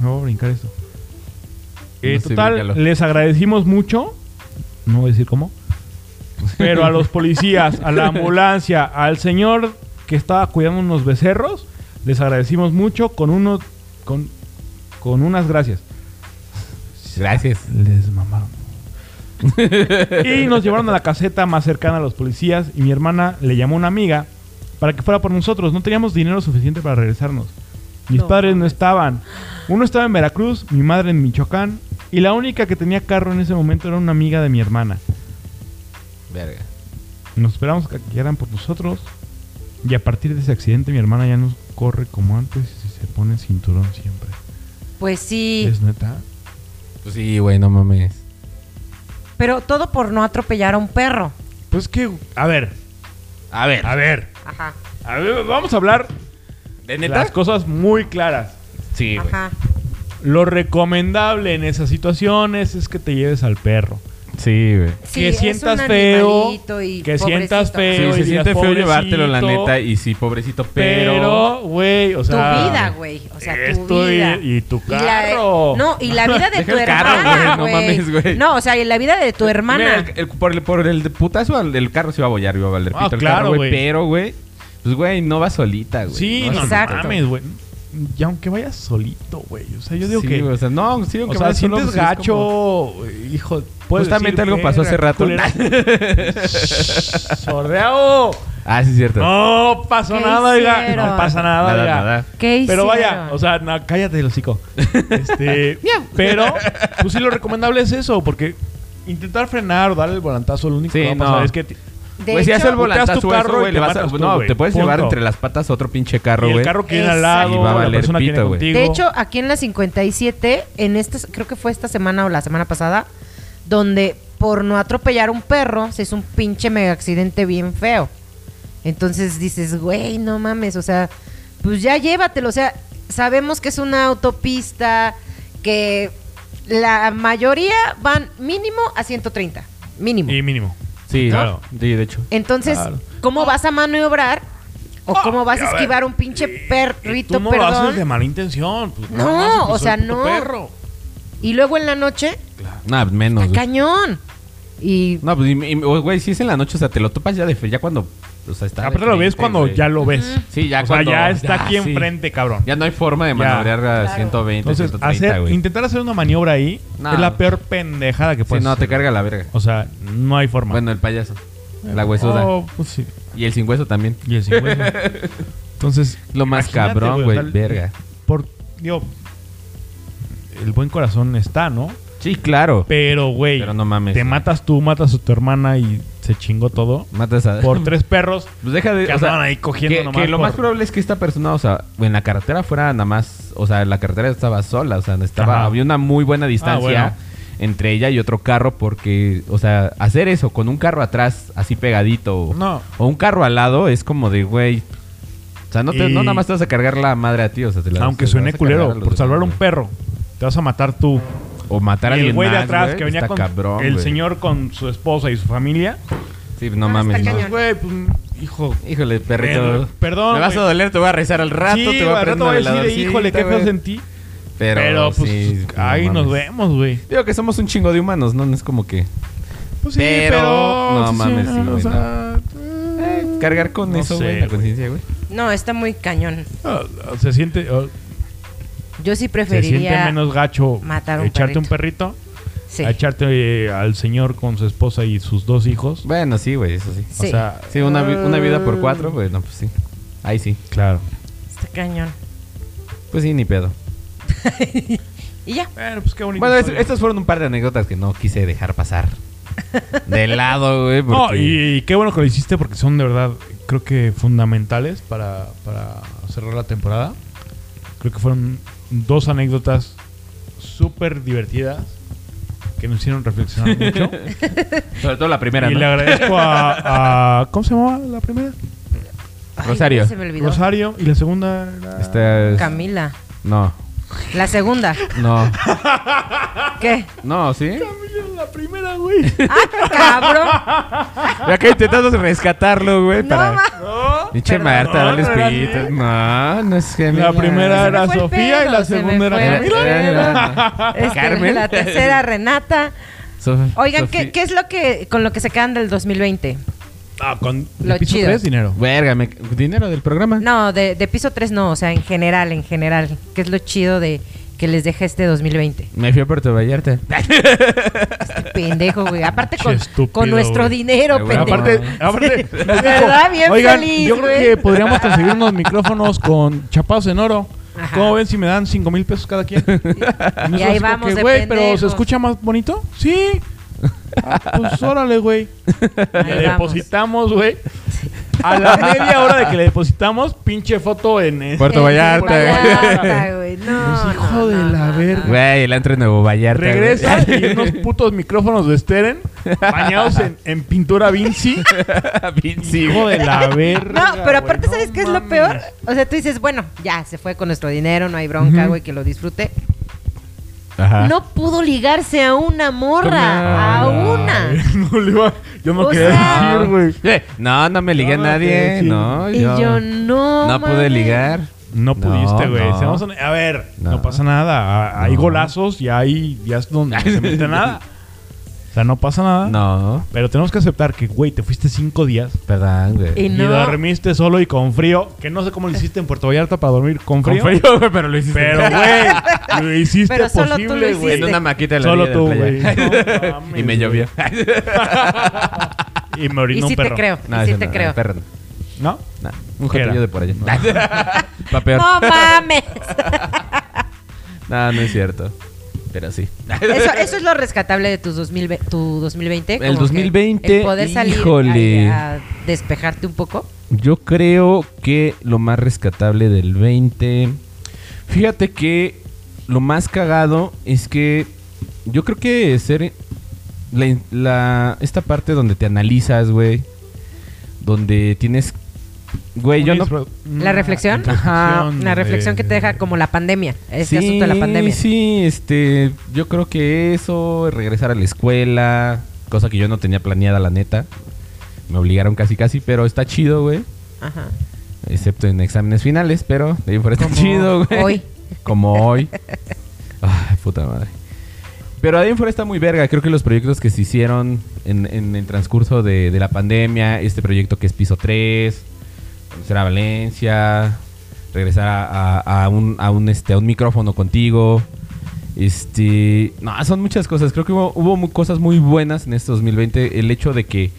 S3: Me voy a brincar esto. Eh,
S2: No, sí,
S3: total,
S2: bríncalo.
S3: les agradecimos mucho. No voy a decir cómo. Pero a los policías, a la ambulancia, al señor que estaba cuidando unos becerros, les agradecimos mucho con unos. Con, con unas gracias.
S2: Gracias.
S3: Les mamaron. y nos llevaron a la caseta más cercana a los policías y mi hermana le llamó a una amiga para que fuera por nosotros. No teníamos dinero suficiente para regresarnos. Mis
S4: No
S3: padres no estaban. Uno estaba en Veracruz, mi madre en Michoacán y la única que tenía carro en ese momento era una amiga de mi hermana.
S2: Verga.
S3: Nos esperamos que llegaran por nosotros y a partir de ese accidente mi hermana ya nos corre como antes y se pone cinturón siempre.
S4: Pues sí,
S3: ¿Es neta?
S2: Pues sí, güey, no mames.
S4: pero todo por no atropellar a un perro.
S3: Pues que, a ver,
S2: A ver.
S3: a ver,
S4: Ajá,
S3: a ver, vamos a hablar
S2: ¿De
S3: las cosas muy claras.
S2: Sí, güey.
S4: ajá.
S3: Lo recomendable en esas situaciones es que te lleves al perro.
S2: Sí, güey.
S4: Sí,
S3: que
S4: es
S3: sientas
S4: un
S3: feo.
S4: animalito y
S3: que sientas
S4: pobrecito.
S2: Sí,
S3: feo. y
S2: se
S3: digas,
S2: siente feo
S3: Eh, "Pobrecito",
S2: llevártelo, la neta. Y sí, pobrecito, pero.
S3: Pero, güey, o
S4: Tu
S3: sea.
S4: vida, güey. O sea, tu
S3: Ah, esto y-
S4: vida.
S3: Y, tu
S4: Y la-
S3: carro.
S4: no, y la vida de
S2: Deja
S4: tu
S2: el carro, güey,
S4: hermana,
S2: no
S4: güey.
S2: mames, güey.
S4: No, o sea, y la vida de tu
S2: Mira,
S4: hermana.
S2: el- el- por, el, por el putazo, al- el carro se iba a bollar, iba a valer
S3: Ah,
S2: pito el
S3: claro,
S2: carro, güey.
S3: güey.
S2: Pero, güey, pues, güey, no va solita, güey.
S3: Sí, no, no
S4: Exacto.
S3: mames, güey. Y aunque vayas solito, güey. O sea, yo digo
S2: Sí,
S3: que.
S2: O sea, no, sí,
S3: o
S2: aunque
S3: sea,
S2: vayas solo,
S3: sientes
S2: pues, es
S3: gacho,
S2: como-
S3: hijo. puedes
S2: Justamente
S3: decir,
S2: algo pasó hace
S3: "Verga,
S2: rato".
S3: culera. ¡Sordeado!
S2: Ah, sí, es cierto.
S3: No pasó
S4: ¿Qué
S3: nada, oiga.
S4: hicieron?
S3: No pasa nada,
S2: Nada,
S3: oiga.
S2: nada.
S4: ¿Qué
S3: Pero
S4: hicieron?
S3: vaya, o sea, no, cállate el hocico. Este, pero, pues sí, lo recomendable es eso, porque intentar frenar o dar el volantazo, lo único
S2: Sí,
S3: que va a pasar
S2: no.
S3: es que te-
S4: De
S2: Güey, si hace
S4: hecho,
S2: el volantazo,
S3: volteas tu
S2: güey, eso,
S3: carro y
S2: güey,
S3: te
S2: le vas a-
S3: matas tú,
S2: No,
S3: güey.
S2: te puedes llevar
S3: Punto.
S2: entre las patas otro pinche carro,
S3: Y
S2: güey.
S3: el carro que viene al lado,
S4: Exacto.
S2: Y va a
S3: la
S2: valer
S3: persona que viene
S2: pito, güey.
S3: contigo.
S4: De hecho, aquí en la 57, en esta, creo que fue esta semana o la semana pasada, donde por no atropellar un perro se hizo un pinche mega accidente bien feo. Entonces dices, güey, no mames, o sea, pues ya llévatelo. O sea, sabemos que es una autopista que la mayoría van mínimo a 130, mínimo.
S3: y mínimo.
S2: Sí,
S4: ¿no?
S2: claro. Sí, de hecho.
S4: Entonces,
S2: Claro.
S4: ¿cómo vas a maniobrar o
S3: Ah,
S4: cómo vas a esquivar un pinche perrito,
S3: Tú no lo
S4: perdón?
S3: haces de mala intención. pues,
S4: No,
S3: nada más, pues, soy
S4: o sea,
S3: puto
S4: no.
S3: perro.
S4: Y luego en la noche,
S2: Nah, menos.
S4: ¡Está
S2: güey.
S4: cañón! Y
S2: No, pues, y- y- güey, si es en la noche, o sea, te lo topas ya de fe, ya cuando. O sea, está. de
S3: Aparte Ah, lo ves
S2: frente,
S3: cuando
S2: güey.
S3: ya lo ves.
S2: Sí, ya
S3: o sea,
S2: cuando-
S3: ya está
S2: ya,
S3: aquí
S2: sí.
S3: enfrente, cabrón.
S2: Ya no hay forma de
S3: Ya.
S2: maniobrar a 120,
S3: Entonces,
S2: 130,
S3: hacer,
S2: güey.
S3: intentar hacer una maniobra ahí
S2: No.
S3: es la peor pendejada que
S2: Sí,
S3: puedes
S2: no, te
S3: hacer.
S2: carga la verga.
S3: O sea, no hay forma.
S2: Bueno, el payaso. La huesuda.
S3: Oh, pues sí.
S2: Y el sin hueso también.
S3: Y el sin hueso. Entonces,
S2: Lo más
S3: imagínate,
S2: cabrón,
S3: o
S2: güey.
S3: sea, el-
S2: verga.
S3: Por, digo, el buen corazón está, ¿no?
S2: Sí, claro.
S3: Pero, güey,
S2: Pero no mames.
S3: te matas tú, matas a tu hermana y se chingó todo.
S2: Matas a.
S3: Por tres perros.
S2: Pues deja de.
S3: Que andaban ahí cogiendo
S2: que,
S3: nomás
S2: que lo
S3: por-
S2: más probable es que esta persona, o sea, en la carretera fuera nada más. O sea, la carretera estaba sola. O sea, estaba,
S3: Ajá. Ah,
S2: había una muy buena distancia
S3: bueno.
S2: entre ella y otro carro. Porque, o sea, hacer eso con un carro atrás, así pegadito. O,
S3: No.
S2: o un carro al lado, es como de, güey. O sea, no, te-
S3: Y-
S2: no nada más te vas a cargar la madre a ti. O sea, te la-
S3: Aunque
S2: se la
S3: suene
S2: vas a cargar a
S3: culero,
S2: los
S3: por
S2: demás,
S3: salvar a un
S2: güey.
S3: perro, te vas a matar tú.
S2: O matar a
S3: Y
S2: alguien
S3: el güey de
S2: más,
S3: atrás
S2: güey,
S3: que venía
S2: está
S3: con
S2: cabrón,
S3: el
S2: güey.
S3: señor con su esposa y su familia. pues,
S2: Sí, no
S4: Ah,
S2: mames.
S4: está
S2: no.
S4: cañón.
S3: Güey, pues, hijo.
S2: Híjole, perrito.
S3: Bueno, perdón,
S2: Me vas a
S3: güey.
S2: doler, te voy a rezar al rato.
S3: sí,
S2: te voy a
S3: al rato
S2: prender
S3: voy a
S2: una
S3: decir,
S2: veladorcita,
S3: híjole, qué feo
S2: güey.
S3: sentí.
S2: Pero,
S3: Pero, pues,
S2: sí, no
S3: ahí
S2: mames.
S3: nos vemos, güey.
S2: Digo que somos un chingo de humanos, ¿no? No es como que.
S3: Pues sí,
S2: Pero-
S3: pero.
S2: no
S3: sí,
S2: mames,
S3: sí,
S2: sí,
S3: o
S2: güey,
S3: sea,
S2: eh, cargar con
S3: No
S2: eso,
S3: sé,
S2: güey, la
S3: güey.
S2: conciencia, güey.
S4: no, está muy cañón.
S3: ah, ah, se siente. ah,
S4: Yo sí
S3: Se
S4: preferiría.
S3: siente menos gacho
S4: matar a un
S3: echarte un perrito
S4: Sí.
S3: a echarte eh, al señor con su esposa y sus dos hijos.
S2: Bueno, sí, güey, eso sí.
S4: Sí,
S3: O sea,
S2: Sí, una, vi- una vida por cuatro, güey, no, pues sí. Ahí sí.
S3: claro.
S4: está cañón.
S2: Pues sí, ni pedo.
S4: Y ya.
S3: Bueno, pues qué bonito.
S2: Bueno, es-
S3: historia.
S2: estas fueron un par de anécdotas que no quise dejar pasar. De lado, güey.
S3: No,
S2: porque-
S3: y, y qué bueno que lo hiciste porque son de verdad, creo que fundamentales para, para cerrar la temporada. Creo que fueron dos anécdotas súper divertidas que nos hicieron reflexionar mucho.
S2: Sobre todo la primera,
S3: y
S2: ¿no?
S3: le agradezco a, a- ¿Cómo se llamaba la primera?
S4: Ay,
S2: Rosario.
S4: Se me olvidó.
S3: Rosario. Y la segunda era-
S4: Este,
S2: Esta es-
S4: Camila.
S2: No,
S4: La segunda.
S2: no,
S4: ¿Qué?
S2: no, ¿sí?
S3: La primera, güey.
S4: ¡Ah, cabrón!
S2: Ya que intentando rescatarlo, güey, para...
S4: No, ma-
S2: Pinche
S4: Perdón.
S2: Marta, dale
S3: No, no era
S2: espíritu. No, no es que...
S3: La primera
S4: Se me
S3: era
S4: fue el
S3: Sofía y
S4: pedo,
S3: la
S4: se me
S3: segunda era
S4: fue el
S3: Camila.
S4: Este,
S2: Carmen.
S4: La tercera, Renata. Oigan, ¿qué, qué es lo que con lo que se quedan del 2020?
S3: Ah, con
S4: Lo
S3: de piso
S4: chido.
S3: tres, dinero.
S2: Verga, me- dinero del programa.
S4: No, de, de piso 3 no, o sea, en general, en general. ¿Qué es lo chido de que les deja este 2020?
S2: Me fui a Puerto Vallarta.
S4: Pendejo, güey. Aparte
S3: Che,
S4: con,
S3: estúpido,
S4: con nuestro
S3: güey.
S4: dinero,
S2: Ay, güey,
S4: pendejo.
S3: Aparte,
S2: Sí.
S3: aparte,
S4: Sí.
S3: nos dijo,
S4: ¿Verdad? Bien
S3: Oigan,
S4: feliz,
S3: yo creo
S4: güey".
S3: que podríamos conseguir unos micrófonos con chapados en oro.
S4: Ajá.
S3: ¿Cómo ven si me dan 5 mil pesos cada quien?
S4: Y
S3: nosotros
S4: ahí
S3: así como
S4: vamos
S3: que,
S4: de
S3: Güey, pero
S4: pendejos".
S3: ¿se escucha más bonito? Sí. Ah, pues órale, güey.
S4: Ahí
S3: Le
S4: vamos.
S3: depositamos, güey. A la media hora de que le depositamos, pinche foto en... en-
S2: Puerto
S4: En
S2: Vallarta, güey.
S4: Vallarta, güey. No,
S3: Pues, hijo
S4: no,
S3: de
S4: no,
S3: la
S4: no,
S3: verga.
S4: no.
S2: Güey, el antro de Nuevo Vallarta. güey.
S3: Regresa y unos putos micrófonos de Steren bañados en, en pintura Vinci.
S2: Vinci,
S3: Hijo
S2: güey.
S3: de la verga.
S4: No, pero
S3: güey,
S4: aparte,
S3: no
S4: ¿sabes qué es lo
S3: mames.
S4: peor? O sea, tú dices, bueno, ya, se fue con nuestro dinero, no hay bronca, güey, que lo disfrute.
S2: Ajá.
S4: No pudo ligarse a una morra,
S2: Ah,
S4: a
S2: no.
S4: una.
S3: no le iba, yo no
S4: O
S3: quería
S4: sea-
S3: decir, güey.
S2: Eh, No, no me ligué
S3: No,
S2: a nadie.
S3: sí.
S2: No,
S4: Y yo no.
S2: No pude
S4: mames.
S2: ligar.
S3: No pudiste, güey.
S2: no.
S3: Seamos hone- A ver, no,
S2: No.
S3: pasa nada. A- Hay
S2: No.
S3: golazos y hay días donde no se mete nada. O sea, no pasa nada.
S2: No,
S3: Pero tenemos que aceptar que, güey, te fuiste cinco días
S2: perdón, güey.
S4: Y
S3: y,
S4: no.
S3: dormiste solo y con frío. Que no sé cómo lo hiciste en Puerto Vallarta para dormir con
S2: Con
S3: frío.
S2: frío, güey, pero lo hiciste.
S3: Pero, güey, lo hiciste
S4: Pero solo tú lo
S3: posible, güey.
S2: en una maquita en la
S3: Solo
S2: orilla
S3: tú,
S2: de la
S3: güey.
S2: playa.
S3: No mames,
S2: y me
S3: güey.
S2: llovió.
S3: Y me
S4: Y
S3: orinó
S4: sí
S3: un perro.
S4: te creo,
S2: No,
S4: y sí
S2: eso
S4: te
S2: no,
S4: creo.
S2: perro no.
S3: ¿No?
S2: No, un
S3: ¿Qué era?
S2: jotillo de por allá. Va peor.
S4: No mames.
S2: No, no es cierto. Pero sí.
S4: Eso, eso es lo rescatable de tus 2000 tu 2020. como
S2: El
S4: que
S2: 2020,
S4: el poder salir
S2: híjole.
S4: A, a despejarte un poco.
S2: Yo creo que lo más rescatable del 20. Fíjate que lo más cagado es que yo creo que ser la, la- esta parte donde te analizas, güey, donde tienes güey, yo no
S4: ¿La reflexión?
S2: Ajá,
S4: La reflexión que te deja como la pandemia. Este asunto de la pandemia.
S2: Sí, este, yo creo que eso, regresar a la escuela, cosa que yo no tenía planeada, la neta. Me obligaron casi casi, pero está chido, güey.
S4: Ajá.
S2: Excepto en exámenes finales, pero de ahí en fuera está chido, güey.
S4: hoy.
S2: Como hoy. Ay, puta madre. Pero de ahí en fuera está muy verga. Creo que los proyectos que se hicieron en, en el transcurso de, de la pandemia, este proyecto que es piso 3, conocer a Valencia, regresar a, a- a un, a, un, este, a un micrófono contigo. Este, no, son muchas cosas. Creo que hubo, hubo mu- cosas muy buenas en este 2020. El hecho de que,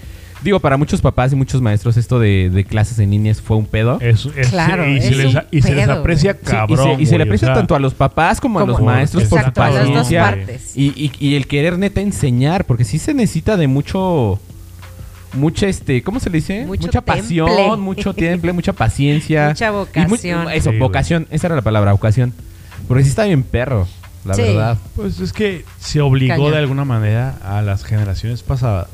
S2: digo, para muchos papás y muchos maestros, esto de, de clases en líneas fue un pedo.
S4: Eh,
S1: Claro,
S3: claro, y, se
S1: es
S3: les,
S1: un
S3: y se les
S1: pedo,
S3: aprecia
S2: Sí, y se-
S3: cabrón.
S2: y se, le aprecia tanto a los papás como, a
S4: Como-
S2: los maestros por su
S4: Exacto, a las dos
S2: paciencia.
S4: partes.
S2: Y, y- y el querer neta enseñar, porque sí se necesita de mucho. Mucha, este, ¿cómo se le dice?
S4: Mucho
S2: mucha pasión,
S4: temple.
S2: mucho temple, mucha paciencia.
S4: Mucha
S2: Y mu-
S4: vocación.
S2: eso,
S5: Sí, güey.
S2: vocación. Esa era la palabra, vocación. Porque sí está bien perro, la
S4: Sí.
S2: verdad.
S3: Pues es que se obligó
S4: Cañón.
S3: de alguna manera a las generaciones pasadas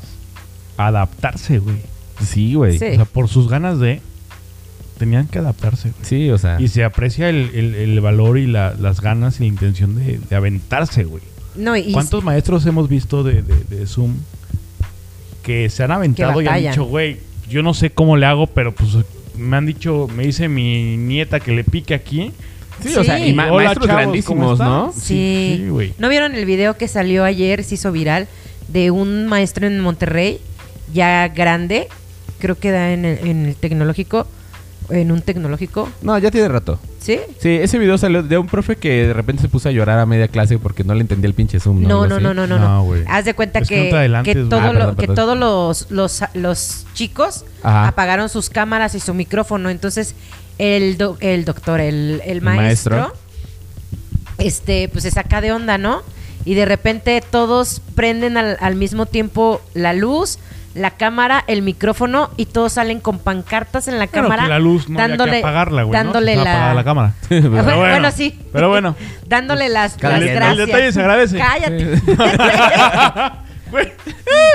S3: a adaptarse, güey.
S2: Sí, güey.
S4: Sí.
S2: Sí.
S3: O sea, por sus ganas de. Tenían que adaptarse. güey.
S2: o sea.
S3: Y se aprecia el, el- el valor y la- las ganas y la intención de, de aventarse, güey.
S4: No, y
S3: ¿Cuántos maestros hemos visto de, de- de Zoom que se han aventado y han
S4: batallan.
S3: dicho, güey, yo no sé cómo le hago, pero pues me han dicho, me dice mi nieta que le pique aquí.
S2: sí, o sea,
S4: sí.
S2: y ma-
S3: Hola,
S2: maestros
S3: chavos, ¿cómo
S2: grandísimos,
S3: están?
S2: ¿no?
S4: Sí.
S3: Sí, güey.
S4: ¿No vieron el video que salió ayer, se hizo viral, de un maestro en Monterrey, ya grande, creo que da en el, en el tecnológico, en un tecnológico,
S2: No, ya tiene rato.
S4: ¿sí?
S2: Sí, ese video salió de un profe que de repente se puso a llorar a media clase porque no le entendía el pinche Zoom.
S4: No,
S2: Algo
S4: no,
S2: así.
S4: no, no, no,
S3: No,
S4: no.
S3: güey. Pues
S4: Haz de cuenta
S3: Es que
S4: que,
S3: no te adelantes,
S4: que
S3: güey.
S4: todo
S2: Ah,
S4: lo-
S2: perdón,
S4: que
S2: perdón.
S4: todos los, los, los chicos
S2: Ajá.
S4: apagaron sus cámaras y su micrófono. Entonces, el, do- el doctor, el, el
S2: El
S4: maestro,
S2: maestro.
S4: este, pues se saca de onda, ¿no? Y de repente todos prenden al, al mismo tiempo la luz, la cámara, el micrófono y todos salen con pancartas en la
S3: Claro
S4: cámara.
S3: que la luz no
S4: dándole,
S3: había que apagarla, güey. ¿no?
S4: Dándole
S3: Se fue apagada
S4: la,
S3: la cámara.
S4: Bueno,
S3: Pero bueno,
S4: bueno, sí.
S3: pero bueno.
S4: dándole las,
S2: Cada
S4: las
S2: quien, ¿no?
S4: gracias.
S3: El detalle se agradece.
S4: Cállate.
S3: Güey,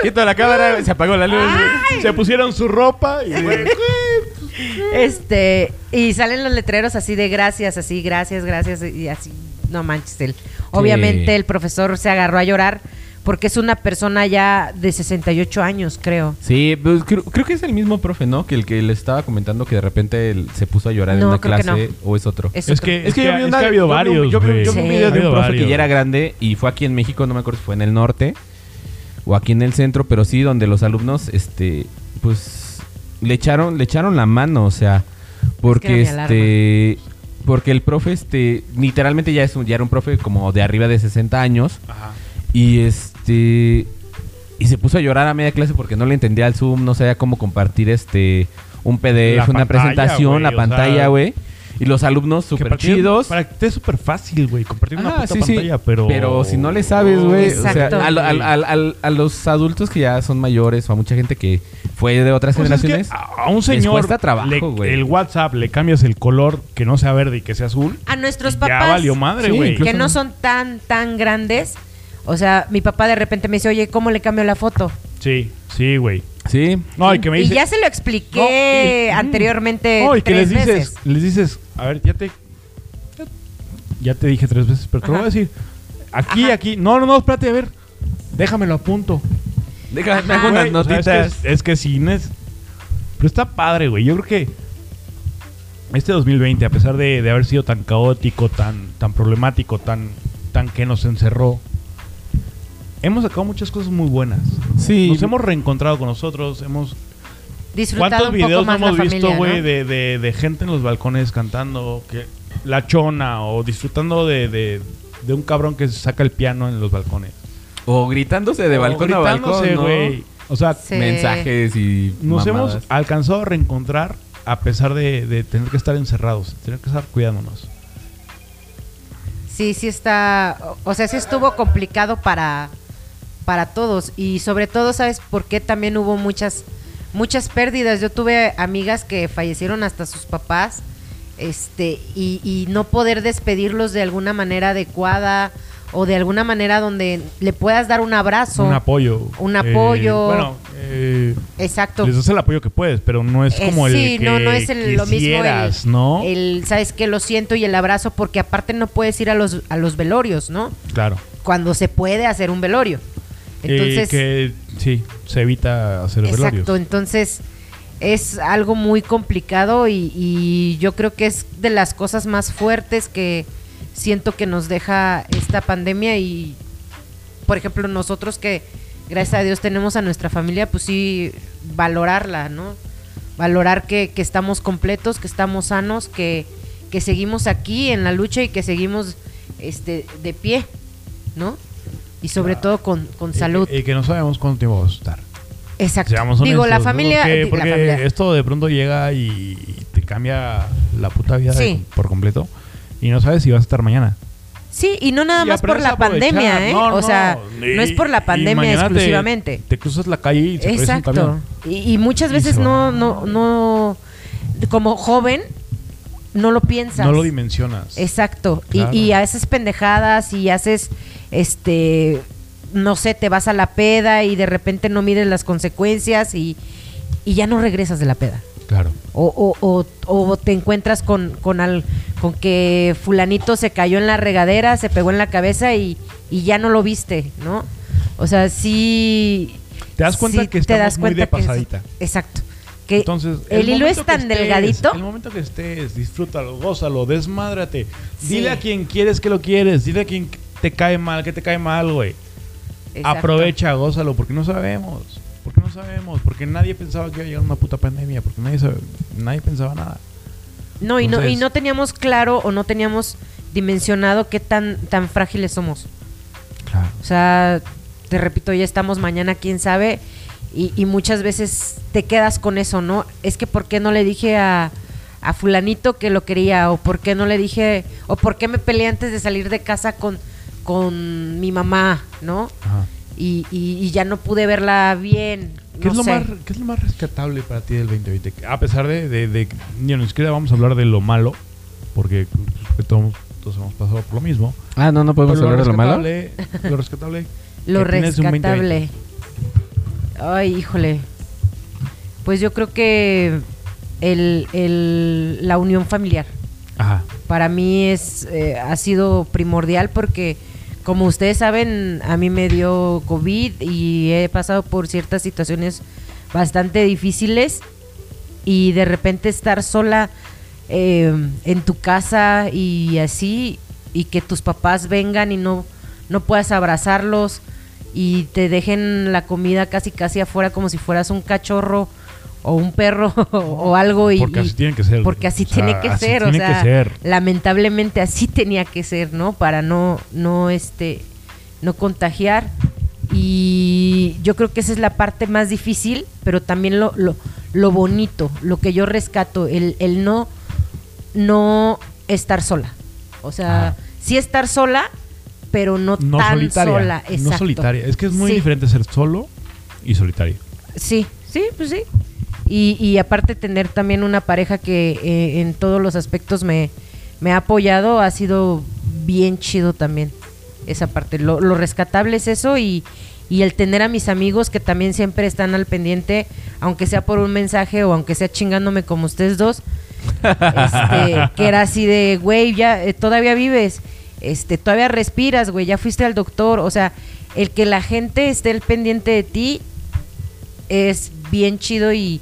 S2: Quito la cámara, se apagó la luz.
S4: Ah,
S3: se pusieron su ropa y güey,
S4: Este, y salen los letreros así de gracias, así, gracias, gracias, y así, no manches él. Obviamente el profesor se agarró a llorar porque es una persona ya de 68 años, creo.
S2: Sí, pues, creo, creo que es el mismo profe, ¿no? Que el que le estaba comentando que de repente él se puso a llorar en
S4: No,
S2: una
S4: creo que
S2: clase o es otro.
S4: Es,
S3: Es
S4: otro.
S3: que- ha- es que ha habido
S2: yo vi un-
S3: varios,
S2: Yo vi, un- yo vi
S4: güey.
S2: un
S4: Sí.
S2: video de
S3: Ha
S2: un
S3: habido
S2: profe que
S3: varios.
S2: ya era grande y fue aquí en México, no me acuerdo si fue en el norte o aquí en el centro, pero sí donde los alumnos, este, pues le echaron, le echaron la mano, o sea, porque
S4: Es que era mi
S2: este, porque el profe, este, literalmente ya es un, ya era un profe como de arriba de 60 años y este y se puso a llorar a media clase porque no le entendía el Zoom, no sabía cómo compartir este un PDF,
S3: La
S2: una
S3: pantalla,
S2: presentación,
S3: güey,
S2: la
S3: o
S2: pantalla,
S3: sea,
S2: güey. Y los alumnos
S3: que
S2: súper
S3: para ti es-
S2: chidos.
S3: Para ti es súper fácil, güey, compartir una
S2: Ah,
S3: puta
S2: sí, sí.
S3: pantalla, pero...
S2: si no le sabes, güey. O sea,
S4: Exacto.
S2: a, lo- al- al- al- a los adultos que ya son mayores o a mucha gente que fue de otras
S3: Pues es que
S2: generaciones.
S3: a a un
S2: les
S3: señor
S2: cuesta trabajo,
S3: le-
S2: güey.
S3: el WhatsApp le cambias el color que no sea verde y que sea azul.
S4: A nuestros
S3: y
S4: papás.
S3: Ya valió madre,
S2: Sí,
S3: güey.
S2: incluso-
S4: que no son tan, tan grandes. O sea, mi papá de repente me dice, oye, ¿cómo le cambio la foto?
S3: Sí, sí, güey.
S2: Sí.
S3: No, y que me
S4: y
S3: dice...
S4: ya se lo expliqué
S3: No, y-
S4: anteriormente.
S3: No, y que les
S4: tres
S3: dices,
S4: veces.
S3: les dices, a ver, ya te ya- ya te dije tres veces, pero te lo voy a decir. Aquí,
S4: Ajá.
S3: aquí. No, no, no, espérate, a ver. Déjamelo a punto.
S2: Déjame me
S4: Ajá.
S2: hago unas
S3: Ah, Güey, o sea,
S2: notitas.
S3: es, que, es que sí, no es- Pero está padre, güey. Yo creo que este 2020, a pesar de, de haber sido tan caótico, tan, tan problemático, tan, tan que nos encerró, hemos sacado muchas cosas muy buenas.
S2: Sí.
S3: Nos hemos reencontrado con nosotros, hemos
S4: Disfrutado
S3: ¿Cuántos
S4: un poco
S3: videos no
S4: más
S3: hemos
S4: la
S3: visto,
S4: familia,
S3: güey,
S4: ¿no?
S3: de, de- de gente en los balcones cantando que la chona o disfrutando de, de- de un cabrón que saca el piano en los balcones?
S2: O gritándose de
S3: O
S2: balcón a
S3: gritándose,
S2: balcón, ¿no?
S3: güey. O sea,
S4: Sí.
S2: Mensajes y
S3: nos
S2: mamadas.
S3: hemos alcanzado a reencontrar a pesar de, de tener que estar encerrados, tener que estar cuidándonos.
S4: sí, sí está, o o sea, sí estuvo complicado para, para todos. Y sobre todo, ¿sabes por qué también hubo muchas, muchas pérdidas? Yo tuve amigas que fallecieron hasta sus papás, este, y, y no poder despedirlos de alguna manera adecuada o de alguna manera donde le puedas dar un abrazo.
S5: Un apoyo.
S4: Un apoyo.
S3: eh, bueno, eh,
S4: Exacto.
S3: les das el apoyo que puedes, pero no es
S4: Eh,
S3: como el
S4: sí,
S3: que
S4: no, no es el- lo mismo el,
S3: quisieras, ¿no?
S4: el, sabes que lo siento y el abrazo, porque aparte no puedes ir a los, a los velorios, ¿no?
S3: claro.
S4: Cuando se puede hacer un velorio.
S3: Eh,
S4: Entonces,
S3: que sí, se evita hacer
S4: exacto,
S3: velorios.
S4: entonces es algo muy complicado y, y yo creo que es de las cosas más fuertes que siento que nos deja esta pandemia y, por ejemplo, nosotros que, gracias a Dios, tenemos a nuestra familia, pues sí, valorarla, ¿no? Valorar que, que estamos completos, que estamos sanos, que, que seguimos aquí en la lucha y que seguimos este, de pie, ¿no? Y
S3: Ah,
S4: sobre todo con, con
S3: Y-
S4: salud.
S3: Y, Eh, que no sabemos cuánto tiempo vamos a estar.
S4: Exacto.
S3: Seamos honestos.
S4: Digo, la
S3: ¿no?
S4: familia.
S3: Porque,
S4: di- la
S3: porque
S4: familia.
S3: esto de pronto llega y y te cambia la puta vida de-
S4: Sí.
S3: por completo. Y no sabes si vas a estar mañana.
S4: Sí, y no nada
S3: Y
S4: más por
S3: aprendes a
S4: la pandemia,
S3: aprovechar.
S4: ¿eh?
S3: No, no,
S4: o sea,
S3: y-
S4: no es por la
S3: y
S4: pandemia
S3: mañana te-
S4: exclusivamente.
S3: Te, cruzas la calle y se atraviesa un
S4: Exacto.
S3: camión.
S4: Y, y muchas
S3: Y
S4: veces
S3: se
S4: no,
S3: va.
S4: no, no, como joven, no lo piensas.
S3: No lo dimensionas.
S4: Exacto. Y-
S3: Claro.
S4: Y, haces pendejadas y haces, este, no sé, te vas a la peda y de repente no mides las consecuencias y, y ya no regresas de la peda.
S3: Claro.
S4: O, o- o- o te encuentras con, con, al- con que fulanito se cayó en la regadera, se pegó en la cabeza y, y ya no lo viste, ¿no? O sea, sí...
S3: Te das cuenta que
S4: te
S3: estamos
S4: das
S3: muy de
S4: cuenta que es-
S3: pasadita.
S4: exacto. Que
S3: Entonces,
S4: el, hilo es
S3: momento que
S4: tan
S3: estés,
S4: delgadito.
S3: El momento que estés, disfrútalo, gózalo, desmádrate.
S4: Sí.
S3: Dile a quien quieres que lo quieres. Dile a quien te cae mal, que te cae mal, güey.
S4: Exacto.
S3: Aprovecha, gózalo, porque no sabemos. Porque no sabemos. Porque nadie pensaba que iba a llegar una puta pandemia. Porque nadie, sabe- nadie pensaba nada.
S4: No y, no, y
S3: Entonces-
S4: no teníamos claro o no teníamos dimensionado qué tan, tan frágiles somos.
S3: Claro.
S4: O sea, te repito, ya estamos mañana, quién sabe. Y, y muchas veces te quedas con eso, ¿no? Es que ¿por qué no le dije a, a fulanito que lo quería? ¿O por qué no le dije? ¿O por qué me peleé antes de salir de casa con, con mi mamá, ¿no?
S3: Ajá.
S4: Y, y- y ya no pude verla bien.
S3: ¿Qué,
S4: no
S3: es lo
S4: sé.
S3: más, ¿Qué es lo más rescatable para ti del 2020? A pesar de, de, de- ni ni siquiera vamos a hablar de lo malo, porque creo que todos, todos hemos pasado por lo mismo.
S2: Ah, no, no podemos
S3: Pero
S2: hablar de lo malo.
S3: rescatable- Lo rescatable.
S4: Lo
S3: que tienes de un 2020.
S4: rescatable. Ay, híjole. Pues yo creo que el- el, la unión familiar.
S3: Ajá.
S4: para mí es eh, ha sido primordial porque como ustedes saben a mí me dio covid y he pasado por ciertas situaciones bastante difíciles y de repente estar sola eh, en tu casa y así y que tus papás vengan y no no puedas abrazarlos y te dejen la comida casi casi afuera como si fueras un cachorro o un perro o algo y,
S3: Porque
S4: y-
S3: así tiene que ser.
S4: porque así
S3: O sea,
S4: tiene que
S3: así
S4: ser,
S3: tiene que
S4: o sea,
S3: ser.
S4: lamentablemente así tenía que ser, ¿no? Para no, no, este, no contagiar. Y yo creo que esa es la parte más difícil, pero también lo, lo, lo bonito, lo que yo rescato, el, el no, no estar sola. O sea,
S3: Ajá.
S4: sí estar sola, pero no,
S3: No
S4: tan
S3: solitaria.
S4: sola.
S3: No
S4: exacto.
S3: solitaria. Es que es muy
S4: Sí.
S3: diferente ser solo y solitario.
S4: Sí, sí, pues sí. Y, y aparte tener también una pareja que eh, en todos los aspectos me, me ha apoyado, ha sido bien chido también esa parte. Lo, lo rescatable es eso y, y el tener a mis amigos que también siempre están al pendiente, aunque sea por un mensaje o aunque sea chingándome como ustedes dos, este, que era así de, güey, ya eh, todavía vives, este, todavía respiras, güey, ya fuiste al doctor, o sea, el que la gente esté al pendiente de ti es bien chido y,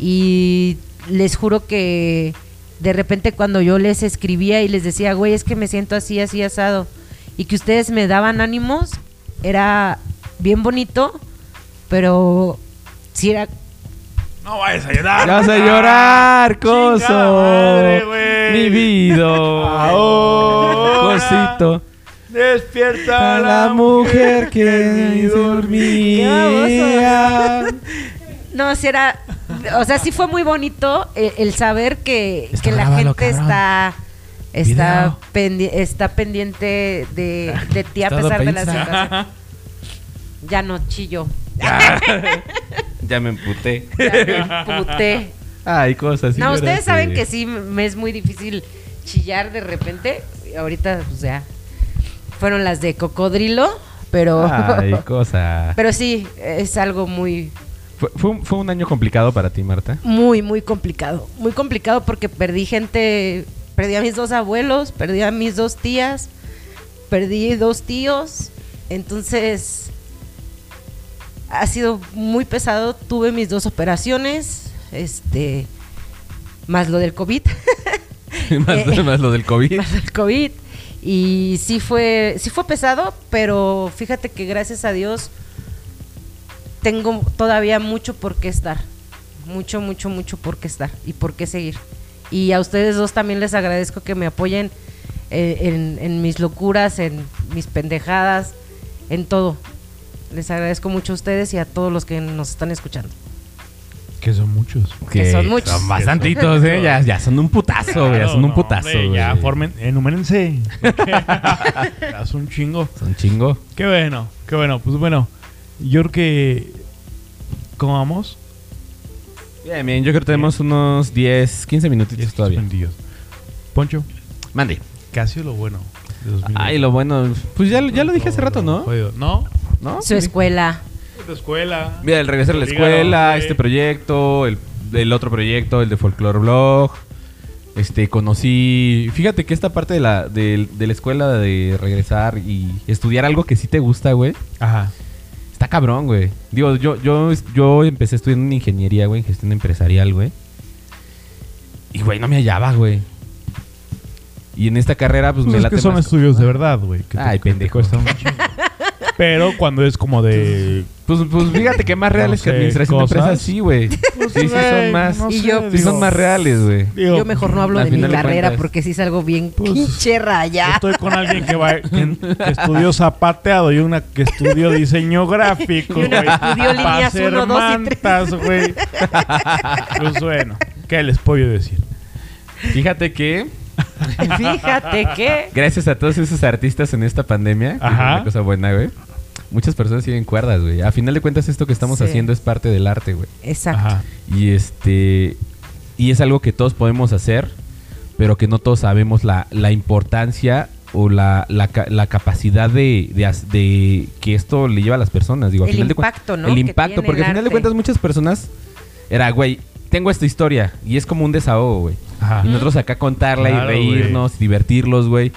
S4: y les juro que de repente cuando yo les escribía y les decía, güey, es que me siento así, así asado, y que ustedes me daban ánimos, era bien bonito, pero sí era
S3: No vayas a llorar.
S2: Ya vas a llorar,
S3: Chingada madre,
S2: coso.
S3: güey.
S2: Mi vida.
S3: Ahora.
S2: Cosito.
S3: Despierta
S2: A la mujer que dormía.
S4: No, si era. O sea, sí fue muy bonito el, el saber que,
S2: Está
S4: que la
S2: bárbaro,
S4: gente
S2: cabrón.
S4: está, Está,
S2: Video.
S4: pendi- está pendiente de, de ti a
S2: Todo
S4: pesar de la
S2: pensa.
S4: situación. Ya no chillo.
S2: Ya me emputé.
S4: Ya me emputé.
S2: Ay, cosas.
S4: no, ustedes
S2: eh.
S4: saben que sí me es muy difícil chillar de repente. Ahorita, o sea, fueron las de cocodrilo, pero,
S2: Ay, cosa.
S4: pero sí, es algo muy,
S2: Fue, fue un, fue un año complicado para ti, Marta.
S4: muy, muy complicado. Muy complicado porque perdí gente, perdí a mis dos abuelos, perdí a mis dos tías, perdí dos tíos. Entonces, ha sido muy pesado. Tuve mis dos operaciones, este, más lo del COVID.
S2: más,
S4: Eh.
S2: más lo del COVID.
S4: más el COVID. Y sí fue, sí fue pesado, pero fíjate que gracias a Dios tengo todavía mucho por qué estar. Mucho, mucho, mucho por qué estar y por qué seguir. Y a ustedes dos también les agradezco que me apoyen eh, en, en mis locuras, en mis pendejadas, en todo. Les agradezco mucho a ustedes y a todos los que nos están escuchando.
S5: Que son muchos.
S4: Que son muchos.
S2: Son bastantitos, ¿eh? Ya, ya son un putazo, güey, ya son un
S3: No,
S2: putazo.
S3: hombre, ya,
S2: güey.
S3: formen, enumérense. Haz un chingo.
S2: Son chingo.
S3: Qué bueno, qué bueno. Pues bueno, yo creo que. ¿Cómo vamos?
S2: Bien, bien, yo creo que tenemos unos 10, 15 minutitos
S3: Diez
S2: todavía.
S3: suspendidos. Poncho,
S2: Mande.
S3: casi lo bueno. de 2020.
S2: Ay, lo bueno. Pues ya, lo- ya lo dije hace rato, ¿no?
S3: Jodido. No.
S2: ¿No?
S4: Su escuela.
S3: Tu escuela.
S2: Mira, el regresar a la
S3: Obligado,
S2: escuela,
S3: sí.
S2: este proyecto, el, el otro proyecto, el de Folklore Blog. Este, conocí. Fíjate que esta parte de la, de, de la escuela de regresar y estudiar algo que sí te gusta, güey.
S3: Ajá.
S2: Está cabrón, güey. Digo, yo, yo, yo empecé estudiando en ingeniería, güey, en gestión empresarial, güey. Y, güey, no me hallaba, güey. Y en esta carrera, pues,
S3: Pues
S2: me
S3: es
S2: late
S3: que son
S2: más-
S3: estudios de verdad, güey. que te-
S2: Ay,
S3: que te
S2: pendejo.
S3: cuestan un chingo. Pero cuando es como de.
S2: Pues, pues fíjate que más reales
S3: No
S2: que
S3: sé,
S2: administración de
S3: cosas.
S2: empresas, sí, güey. sí, sí, son
S3: güey,
S2: más.
S3: no
S4: Y
S3: sé,
S4: yo,
S2: sí, son
S3: digo,
S2: más reales, güey.
S3: digo,
S4: Yo mejor no hablo
S2: al
S4: de mi
S2: final de
S4: carrera
S2: cuentas-
S4: porque sí salgo bien
S3: Pues,
S4: pinche rayada.
S3: Estoy con alguien que, va, que, que estudió zapateado y una que estudió diseño gráfico, güey.
S4: Y una que estudió
S3: Pa'
S4: líneas
S3: hacer
S4: uno, dos y tres.
S3: mantas, güey. Pues bueno, ¿qué les puedo yo decir?
S2: Fíjate que,
S4: Fíjate que.
S2: gracias a todos esos artistas en esta pandemia, que
S3: Ajá.
S2: es una cosa buena, güey. Muchas personas siguen cuerdas, güey. A final de cuentas, esto que estamos
S4: Sí.
S2: haciendo es parte del arte, güey.
S4: Exacto.
S3: Ajá.
S2: Y este. Y es algo que todos podemos hacer, pero que no todos sabemos la, la importancia o la, la, ca- la capacidad de, de, as- de que esto le lleva a las personas. Digo, al
S4: El
S2: final de cuen-
S4: impacto, ¿no?
S2: El
S4: que
S2: impacto,
S4: tiene
S2: porque
S4: el
S2: al final de
S4: arte.
S2: cuentas muchas personas era, güey, tengo esta historia y es como un desahogo, güey.
S3: Ajá.
S2: Y nosotros acá contarla
S3: Claro,
S2: y reírnos, divertirlos, güey.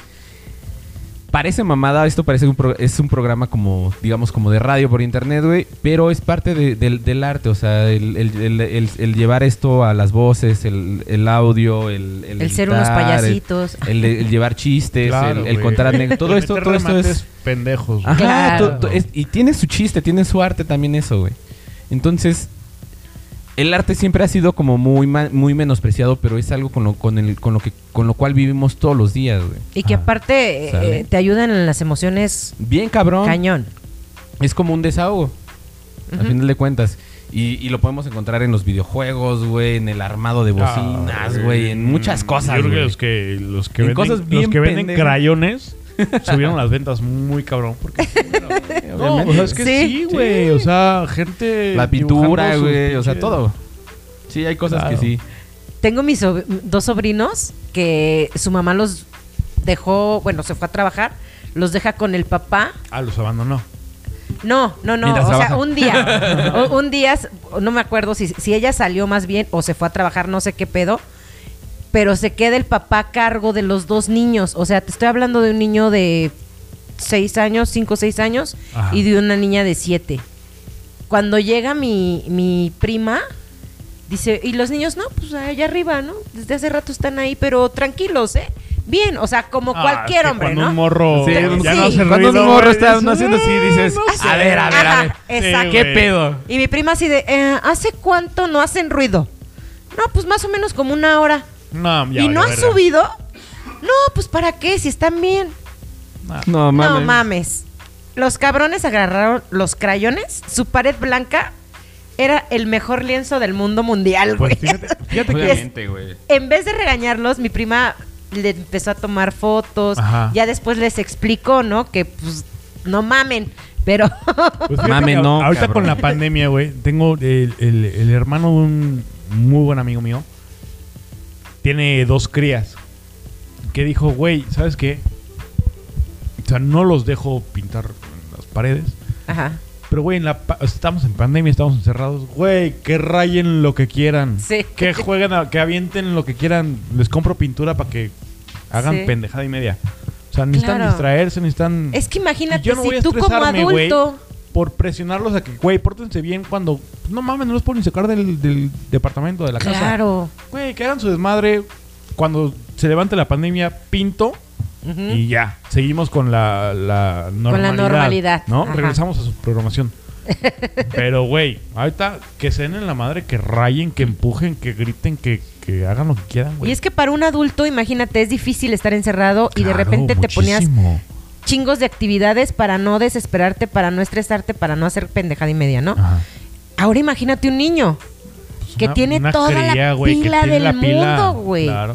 S2: Parece mamada, esto parece un pro- es un programa como, digamos, como de radio por internet, güey, pero es parte de- del, del arte, o sea, el, el- el- el- el llevar esto a las voces, el, el audio, el,
S4: El ser unos
S2: editar, el-
S4: payasitos.
S2: el, el llevar chistes,
S3: Claro,
S2: el, el
S3: güey.
S2: contar anécdotas, todo esto,
S3: Meter
S2: todo esto
S3: remates
S2: es...
S3: pendejos. güey.
S2: Ajá,
S4: Claro.
S2: to- to- es- y tiene su chiste, tiene su arte también eso, güey. Entonces, el arte siempre ha sido como muy, ma- muy menospreciado, pero es algo con lo, con, el, con, lo que, con lo cual vivimos todos los días, güey.
S4: Y que
S3: Ajá.
S4: aparte eh,
S2: Sale.
S4: te ayudan en las emociones
S2: Bien cabrón.
S4: cañón.
S2: Es como un desahogo, al final de cuentas. Y, y lo podemos encontrar en los videojuegos, güey, en el armado de bocinas, güey, en muchas cosas,
S3: Ah, Yo creo que
S2: güey.
S3: Mm, los que, los que
S2: En
S3: venden,
S2: cosas bien
S3: los que venden
S2: pendejas.
S3: crayones subieron las ventas muy cabrón. Porque no,
S2: Obviamente.
S3: o sea, es que
S4: Sí.
S3: sí, güey. O sea, gente.
S2: La pintura,
S3: dibujando sus
S2: güey, o sea,
S3: pinches-
S2: todo. Sí, hay cosas
S3: Claro.
S2: que sí.
S4: Tengo mis sob- dos sobrinos que su mamá los dejó, bueno, se fue a trabajar, los deja con el papá.
S3: Ah, los abandonó.
S4: No, no, no,
S2: Mientras
S4: o sea,
S2: trabaja.
S4: un día, o- un día, s- no me acuerdo si, si ella salió más bien o se fue a trabajar, no sé qué pedo, pero se queda el papá a cargo de los dos niños. O sea, te estoy hablando de un niño de seis años, cinco o seis años,
S3: Ajá.
S4: y de una niña de siete. Cuando llega mi, mi prima, dice, y los niños, no, pues allá arriba, ¿no? Desde hace rato están ahí, pero tranquilos, ¿eh? Bien, o sea, como
S3: Ah,
S4: cualquier
S3: es que
S4: hombre,
S3: cuando
S4: ¿no?
S3: un morro
S2: Sí,
S3: Oh, ya
S4: sí.
S3: no hace
S2: Cuando un
S3: ruido,
S2: morro
S3: güey,
S2: está
S3: dices,
S2: uno haciendo así,
S3: "Ah,
S2: dices,
S3: no
S2: a
S3: sé".
S2: ver, a ver, a
S4: Ajá,
S2: ver.
S4: exacto.
S2: ¿Qué
S3: güey.
S2: pedo?
S4: Y mi prima así de, "Eh, ¿hace cuánto no hacen ruido? No, pues más o menos como una hora.
S3: No, ya
S4: ¿Y
S3: valió
S4: no han
S3: verga.
S4: subido? No, pues para qué, si están bien.
S2: No
S4: No mames. Los cabrones agarraron los crayones. Su pared blanca era el mejor lienzo del mundo mundial, güey.
S3: Pues fíjate, fíjate que
S4: Obviamente,
S2: güey.
S4: En vez de regañarlos, mi prima le empezó a tomar fotos.
S3: Ajá.
S4: Ya después les explicó, ¿no? Que pues no mamen, pero
S3: Pues fíjate
S2: Mame,
S3: que a-
S2: no,
S3: Ahorita
S2: cabrón.
S3: con la pandemia, güey, tengo el, el- el hermano de un muy buen amigo mío. Tiene dos crías. Que dijo, güey, ¿sabes qué? O sea, no los dejo pintar las paredes.
S4: ajá.
S3: Pero, güey, en la pa- estamos en pandemia, estamos encerrados. Güey, que rayen lo que quieran.
S4: Sí.
S3: Que jueguen, a- que avienten lo que quieran. Les compro pintura para que hagan
S4: Sí.
S3: pendejada y media. O sea, necesitan
S4: Claro.
S3: distraerse, necesitan...
S4: Es que
S3: Y
S4: imagínate
S3: yo no voy a
S4: si tú como
S3: estresarme, güey.
S4: adulto,
S3: por presionarlos a que, güey, pórtense bien cuando... No mames, no los pueden sacar del, del departamento, de la casa.
S4: claro.
S3: Güey, que hagan su desmadre. Cuando se levante la pandemia, pinto
S4: Ujú.
S3: y ya. Seguimos con la, la normalidad.
S4: Con la normalidad,
S3: ¿No?
S4: ajá.
S3: Regresamos a su programación. Pero, güey, ahorita que se den en la madre, que rayen, que empujen, que griten, que, que hagan lo que quieran, güey.
S4: Y es que para un adulto, imagínate, es difícil estar encerrado y de
S3: Claro,
S4: repente te ponías
S3: muchísimo.
S4: chingos de actividades para no desesperarte, para no estresarte, para no hacer pendejada y media,
S2: Ah.
S4: ¿no?
S3: Ajá.
S4: Ahora imagínate un niño.
S3: Pues
S4: que tiene toda la
S3: güey, que
S4: pila
S3: tiene
S4: del mundo, güey.
S3: Claro.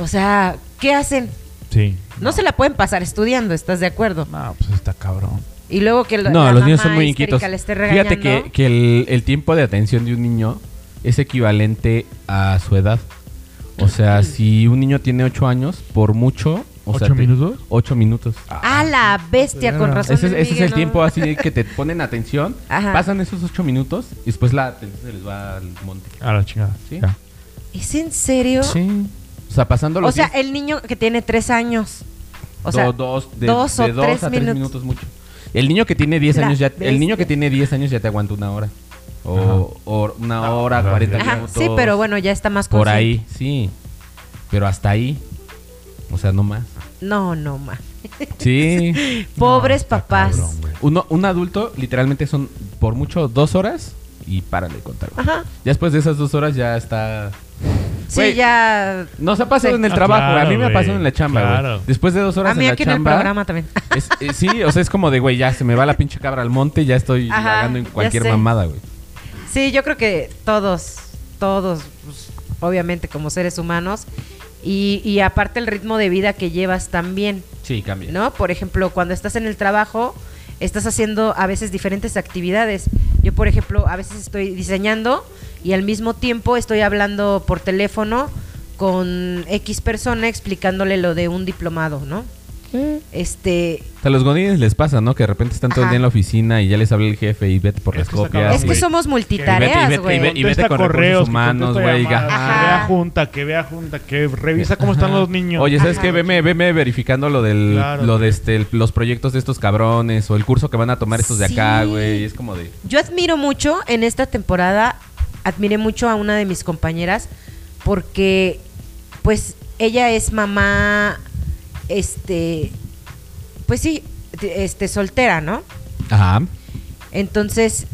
S4: O sea, ¿qué hacen?
S3: Sí.
S4: No, se la pueden pasar estudiando, ¿estás de acuerdo?
S3: No, pues está cabrón.
S4: Y luego que lo-
S2: No,
S4: la
S2: los niños
S4: mamá
S2: son muy
S4: histérica
S2: inquietos.
S4: le esté
S2: Fíjate que,
S4: regañando.
S2: que el, el tiempo de atención de un niño es equivalente a su edad. O sea, si un niño tiene 8 años, por mucho... O sea,
S3: ¿Ocho
S2: te-
S3: minutos?
S2: ocho minutos.
S4: A la bestia, con Ah. razón.
S2: Ese, es-
S4: el
S2: ese es
S4: Miguel,
S2: el
S4: ¿no?
S2: tiempo así de que te ponen atención,
S4: Ajá.
S2: pasan esos 8 minutos y después la atención se les va al monte.
S3: A la chingada.
S2: Sí.
S3: Ya.
S4: ¿Es en serio?
S2: Sí. O sea, pasando los
S4: O sea,
S2: diez-
S4: el niño que tiene tres años. O
S2: do-
S4: sea,
S2: dos, de,
S4: dos o
S2: de dos
S4: tres
S2: a 3 minutos.
S4: minutos.
S2: mucho. El niño que tiene 10
S4: La
S2: años ya el niño que
S4: bestia.
S2: tiene 10 años ya te aguanta una hora. O, o una hora,
S3: Ajá.
S2: 40
S4: Ajá,
S2: minutos.
S4: sí, pero bueno, ya está más
S2: Por
S4: consciente.
S2: ahí, sí. Pero hasta ahí. O sea, no más.
S4: No, no, ma.
S2: Sí.
S4: Pobres
S3: Está
S4: papás.
S3: cabrón, güey.
S2: Uno, un adulto literalmente son por mucho dos horas y párale de contar. güey.
S4: Ajá.
S2: Ya después de esas dos horas ya está...
S4: Sí,
S2: Güey,
S4: ya.
S2: Nos ha pasado
S4: Sí.
S2: en el
S3: Ah,
S2: trabajo. a mí
S3: claro,
S2: me ha
S3: güey.
S2: pasado en la chamba. güey.
S3: Claro.
S2: Después de dos horas
S4: A mí
S2: en la
S4: aquí en el
S2: chamba...
S4: programa también.
S2: Es- eh, sí, o sea, es como de, güey, ya se me va la pinche cabra al monte, ya estoy
S4: Ajá,
S2: vagando en
S4: ya
S2: cualquier
S4: sé.
S2: mamada, güey.
S4: Sí, yo creo que todos, todos, pues, obviamente como seres humanos. Y, y aparte el ritmo de vida que llevas también,
S2: Sí, cambia.
S4: ¿no? Por ejemplo, cuando estás en el trabajo, estás haciendo a veces diferentes actividades. Yo, por ejemplo, a veces estoy diseñando y al mismo tiempo estoy hablando por teléfono con X persona explicándole lo de un diplomado, ¿no? Este,
S2: O sea, los godines les pasa, ¿no? Que de repente están todo el
S4: Ajá.
S2: día en la oficina y ya les habla el jefe y vete por
S3: Es
S2: las
S3: que está
S2: copias.
S3: cabrón,
S4: es que
S3: güey.
S4: somos
S2: y vete, y
S4: multitareas,
S2: vete, y
S4: güey.
S2: vete, y vete
S3: Contesta
S2: con recursos
S3: que
S2: humanos,
S3: contesta
S2: güey.
S3: llamadas,
S4: Ajá.
S3: Que vea junta, que vea junta, que revisa cómo están los niños.
S2: Oye, ¿sabes qué?
S4: Ajá.
S2: Veme, veme verificando lo del,
S3: Claro.
S2: lo de este, el- los proyectos de estos cabrones o el curso que van a tomar estos de acá,
S4: Sí.
S2: güey. Y Es como de...
S4: Yo admiro mucho en esta temporada, admiré mucho a una de mis compañeras porque pues ella es mamá este pues sí, t- este soltera, ¿no?
S2: Ajá.
S4: Entonces,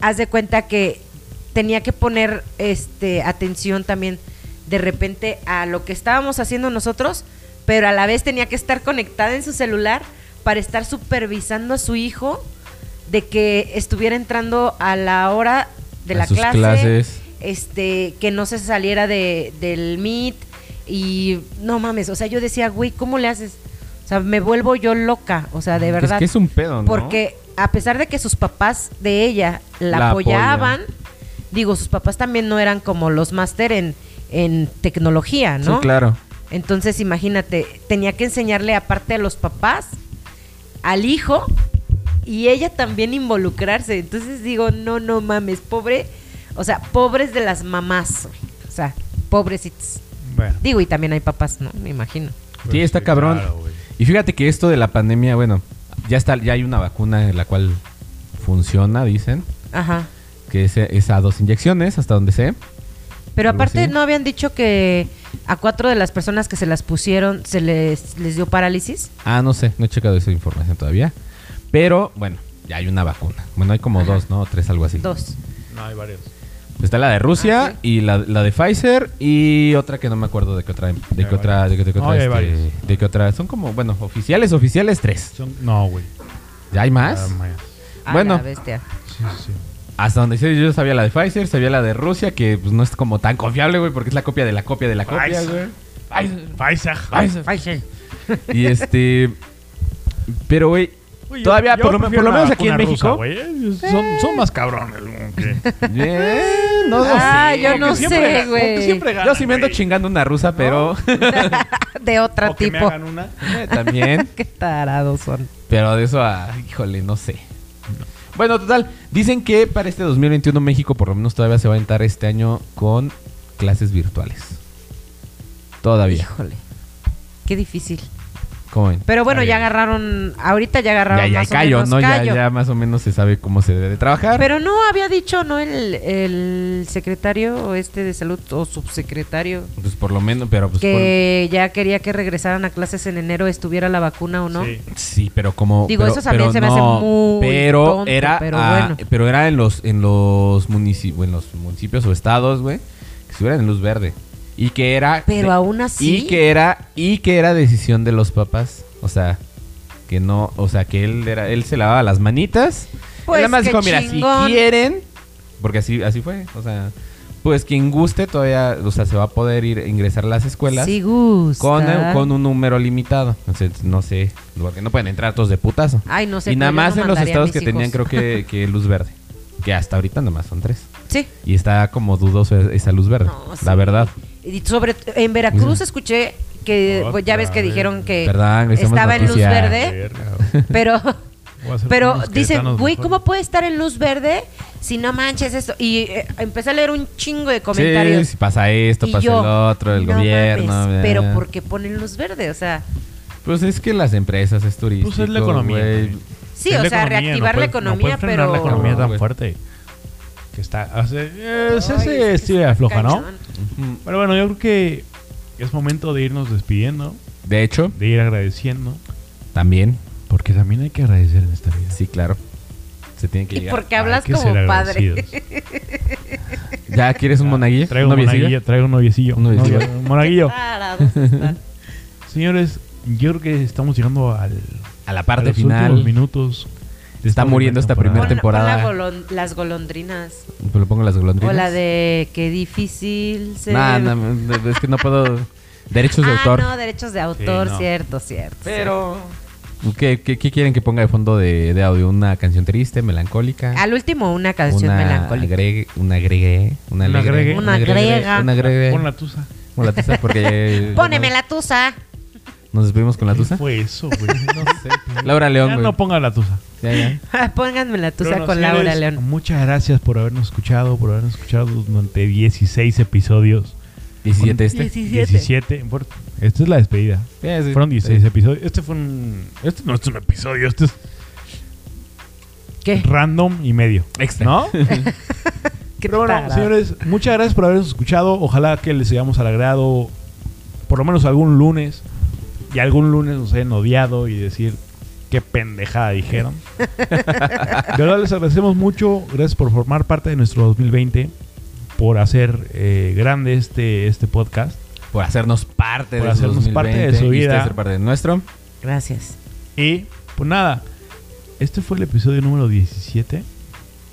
S4: haz de cuenta que tenía que poner este atención también de repente a lo que estábamos haciendo nosotros, pero a la vez tenía que estar conectada en su celular para estar supervisando a su hijo de que estuviera entrando a la hora de
S2: A
S4: la
S2: sus
S4: clase,
S2: clases.
S4: este, que no se saliera de, del meet y no mames, o sea, yo decía, güey, ¿cómo le haces? O sea, me vuelvo yo loca, o sea, de verdad.
S2: Es que es un pedo, ¿no?
S4: Porque eh, a pesar de que sus papás de ella la,
S2: La
S4: apoyaban, digo, sus papás también no eran como los máster en, en tecnología,
S2: Sí,
S4: ¿no?
S2: claro.
S4: Entonces, imagínate, tenía que enseñarle aparte a los papás, al hijo y ella también involucrarse. Entonces digo, no, no mames, pobre, o sea, pobres de las mamás, güey. o sea, pobrecitos.
S3: Bueno,
S4: Digo, y también hay papás, ¿no? Me imagino.
S2: Sí, está cabrón.
S3: Pues claro, güey.
S2: y fíjate que esto de la pandemia, bueno, ya está, ya hay una vacuna en la cual funciona, dicen.
S4: Ajá.
S2: que es, es a dos inyecciones, hasta donde sé.
S4: Pero
S2: Algo
S4: aparte
S2: así.
S4: no habían dicho que a cuatro de las personas que se las pusieron se les, les dio parálisis.
S2: Ah, no sé, no he checado esa información todavía. Pero, bueno, ya hay una vacuna. Bueno, hay como
S4: Ajá.
S2: dos, ¿no? O tres, algo así.
S4: Dos.
S3: No, hay varios.
S2: Está la de Rusia
S4: Ah,
S2: y la, la de Pfizer y otra que no me acuerdo de qué otra... De
S3: hay
S2: qué otra... De qué, de qué
S3: No,
S2: otra,
S3: ya hay
S2: este,
S3: varios.
S2: de qué otra... Son como, bueno, oficiales, oficiales, tres.
S3: Son- No, güey.
S2: ¿Ya hay
S3: Ah,
S2: más?
S3: mayas.
S4: A
S2: Bueno.
S4: la bestia.
S3: Sí, sí, sí.
S2: Hasta donde sé, yo sabía la de Pfizer, sabía la de Rusia, que pues, no es como tan confiable, güey, porque es la copia de la copia de la copia,
S3: Pfizer.
S2: güey.
S3: Paisa.
S2: Paisa.
S4: Ay, sí.
S2: Y este. Pero, güey.
S3: Oye,
S2: Todavía,
S3: yo
S2: por lo,
S3: prefiero
S2: por lo
S3: la
S2: menos aquí en
S3: vacuna rusa,
S2: México.
S3: güey, eh, son, son más cabrones. güey, que-
S2: eh, no lo
S4: Ah,
S2: sé.
S4: yo no
S3: que siempre-
S4: sé,
S3: como que
S4: güey.
S3: siempre ganan,
S2: Yo sí me ando
S3: güey.
S2: chingando una rusa, pero.
S4: De otro
S3: O que me
S4: tipo.
S3: hagan una.
S2: eh, también.
S4: Qué tarados son.
S2: Pero de eso a. Híjole, no sé. Bueno, total. Dicen que para este 2021 México, por lo menos, todavía se va a entrar este año con clases virtuales. Todavía.
S4: Híjole. Qué difícil.
S2: ¿Cómo ven?
S4: Pero bueno,
S3: Está
S4: ya
S3: bien.
S4: agarraron. Ahorita
S2: Ya,
S4: ya agarraron.
S2: ya,
S4: más o
S2: callo,
S4: menos
S2: ¿no? Ya-
S4: callo.
S2: Ya, más o menos se sabe cómo se debe de trabajar.
S4: Pero no había dicho, ¿no? El, el secretario este de salud o subsecretario
S2: Pues por lo menos, pero pues.
S4: que ya quería que regresaran a clases en enero, estuviera la vacuna o no.
S3: Sí.
S2: por- Sí, pero como.
S4: Digo,
S2: pero-
S4: eso también
S2: pero
S4: se me hace muy
S2: Pero
S4: tonto,
S2: era.
S4: pero
S2: ah,
S4: bueno.
S2: pero era en los, en los municipios, en los municipios o estados, güey. Que estuvieran en luz verde. Y que era.
S4: Pero
S2: de-
S4: aún así.
S2: Y que era. Y que era decisión de los papás. O sea. Que no. O sea, que él era, él se lavaba las manitas.
S4: Pues
S2: nada más
S4: qué
S2: dijo, mira,
S4: chingón".
S2: si quieren. Porque así, así fue. O sea. Pues quien guste todavía, o sea, se va a poder ir ingresar a las escuelas.
S4: Sí gusta.
S2: Con, eh, con un número limitado. Entonces, no sé. Porque no pueden entrar todos de putazo.
S4: Ay, no sé.
S2: y
S4: pero
S2: nada
S4: yo
S2: más
S4: no
S2: en los
S4: mandaría a
S2: estados
S4: mis
S2: que tenían, creo
S4: hijos.
S2: que, que luz verde. Que hasta ahorita nada más son tres.
S4: Sí.
S2: Y está como dudoso e-, esa luz verde.
S4: No, sí.
S2: La verdad.
S4: Y sobre en Veracruz
S2: Ujú.
S4: escuché que
S3: Oh,
S4: pues, ya ves que
S3: Otra
S4: dijeron
S3: vez.
S4: que
S2: Perdón, güey, somos
S4: estaba en luz
S2: noticia.
S4: verde, pero
S3: Voy a hacer
S4: pero
S3: unos
S4: dicen,
S3: queretanos
S4: güey,
S3: mejor".
S4: ¿cómo puede estar en luz verde si no manches esto? Y eh, empecé a leer un chingo de comentarios.
S2: Sí, si pasa esto,
S4: Y
S2: pasa
S4: yo,
S2: el otro, el
S4: "No
S2: gobierno.
S4: mames,
S2: bla,
S4: pero
S2: bla".
S4: ¿por qué ponen luz verde? O sea,
S2: Pues es que las empresas es turístico.
S3: Pues es la economía.
S2: güey.
S3: güey.
S4: sí,
S3: Es
S4: o
S3: la
S4: sea,
S3: economía,
S4: reactivar
S3: no
S4: la
S3: puedes- no
S4: economía,
S3: puedes frenar
S4: pero
S3: la economía
S2: güey.
S3: tan fuerte. Que está. Hace, eh,
S2: Pues
S3: se
S4: Ay,
S3: hace
S4: es que
S3: estira
S4: está
S3: afloja, ¿no?
S4: cañón.
S2: Ujú.
S3: Pero bueno, yo creo que es momento de irnos despidiendo,
S2: De hecho,
S3: de ir agradeciendo.
S2: también.
S3: Porque también hay que agradecer en esta vida.
S2: Sí, claro. Se tiene que
S4: Y
S2: llegar.
S4: porque
S3: Hay
S4: hablas
S3: que
S4: como
S3: ser
S4: padre.
S3: agradecidos.
S2: ¿Ya quieres un monaguillo?
S3: Traigo un
S2: ¿Noviecillo?
S3: monaguillo, traigo un noviecillo.
S2: Un noviecillo.
S3: Novia- un monaguillo.
S4: Tarados están.
S3: Señores, yo creo que estamos llegando al,
S2: A la
S3: a
S2: parte
S3: los últimos
S2: final.
S3: minutos.
S2: Está
S3: de esta
S2: muriendo esta primera
S4: Pon- pon la
S2: temporada. Pues
S4: golon- las golondrinas.
S2: Lo pongo las golondrinas.
S4: O la de qué difícil ser.
S2: Nah, nah, no, es que no puedo. Derechos de
S4: ah,
S2: autor.
S4: no, derechos de autor,
S3: no.
S4: cierto, cierto.
S2: Pero. ¿Qué, qué, qué quieren que ponga de fondo de, de audio? ¿Una canción triste, melancólica?
S4: cierto. Al último, una Ah, canción
S2: una
S4: melancólica.
S2: agregue- una agregue. Una
S3: Una
S2: alegre.
S3: agregue.
S4: Una agrega.
S2: Una agregue.
S3: Pon la tusa.
S2: Pon la tusa porque.
S4: Póneme la tusa.
S2: Nos despedimos con la
S3: ¿Qué
S2: tusa.
S3: fue eso, güey? No sé.
S2: Laura León,
S3: Ya
S2: güey.
S3: no ponga la tusa.
S2: Ya, ya.
S4: Pónganme la tusa
S3: Pero no,
S4: con
S3: señores,
S4: Laura León.
S3: Muchas gracias por habernos escuchado, por habernos escuchado durante 16 episodios.
S2: 17 este.
S3: 17. Por- Esta es la despedida.
S2: Ya, sí.
S3: Fueron 16 episodios. Este fue un. Este no es un episodio, este es
S4: ¿Qué?
S3: random y medio.
S2: Extra.
S3: ¿No?
S4: ¿Qué
S3: Pero bueno,
S4: tarada.
S3: señores, muchas gracias por habernos escuchado. Ojalá que les hayamos al agrado por lo menos algún lunes. Y algún lunes nos hayan odiado y decir qué pendejada dijeron. De verdad les agradecemos mucho. Gracias por formar parte de nuestro 2020. Por hacer eh, grande este, este podcast.
S2: Por hacernos parte
S3: Por
S2: de su
S3: hacernos parte de
S2: 2020,
S3: su
S2: y ustedes
S3: vida.
S2: ser parte de nuestro.
S4: Gracias.
S3: Y pues nada, este fue el episodio número 17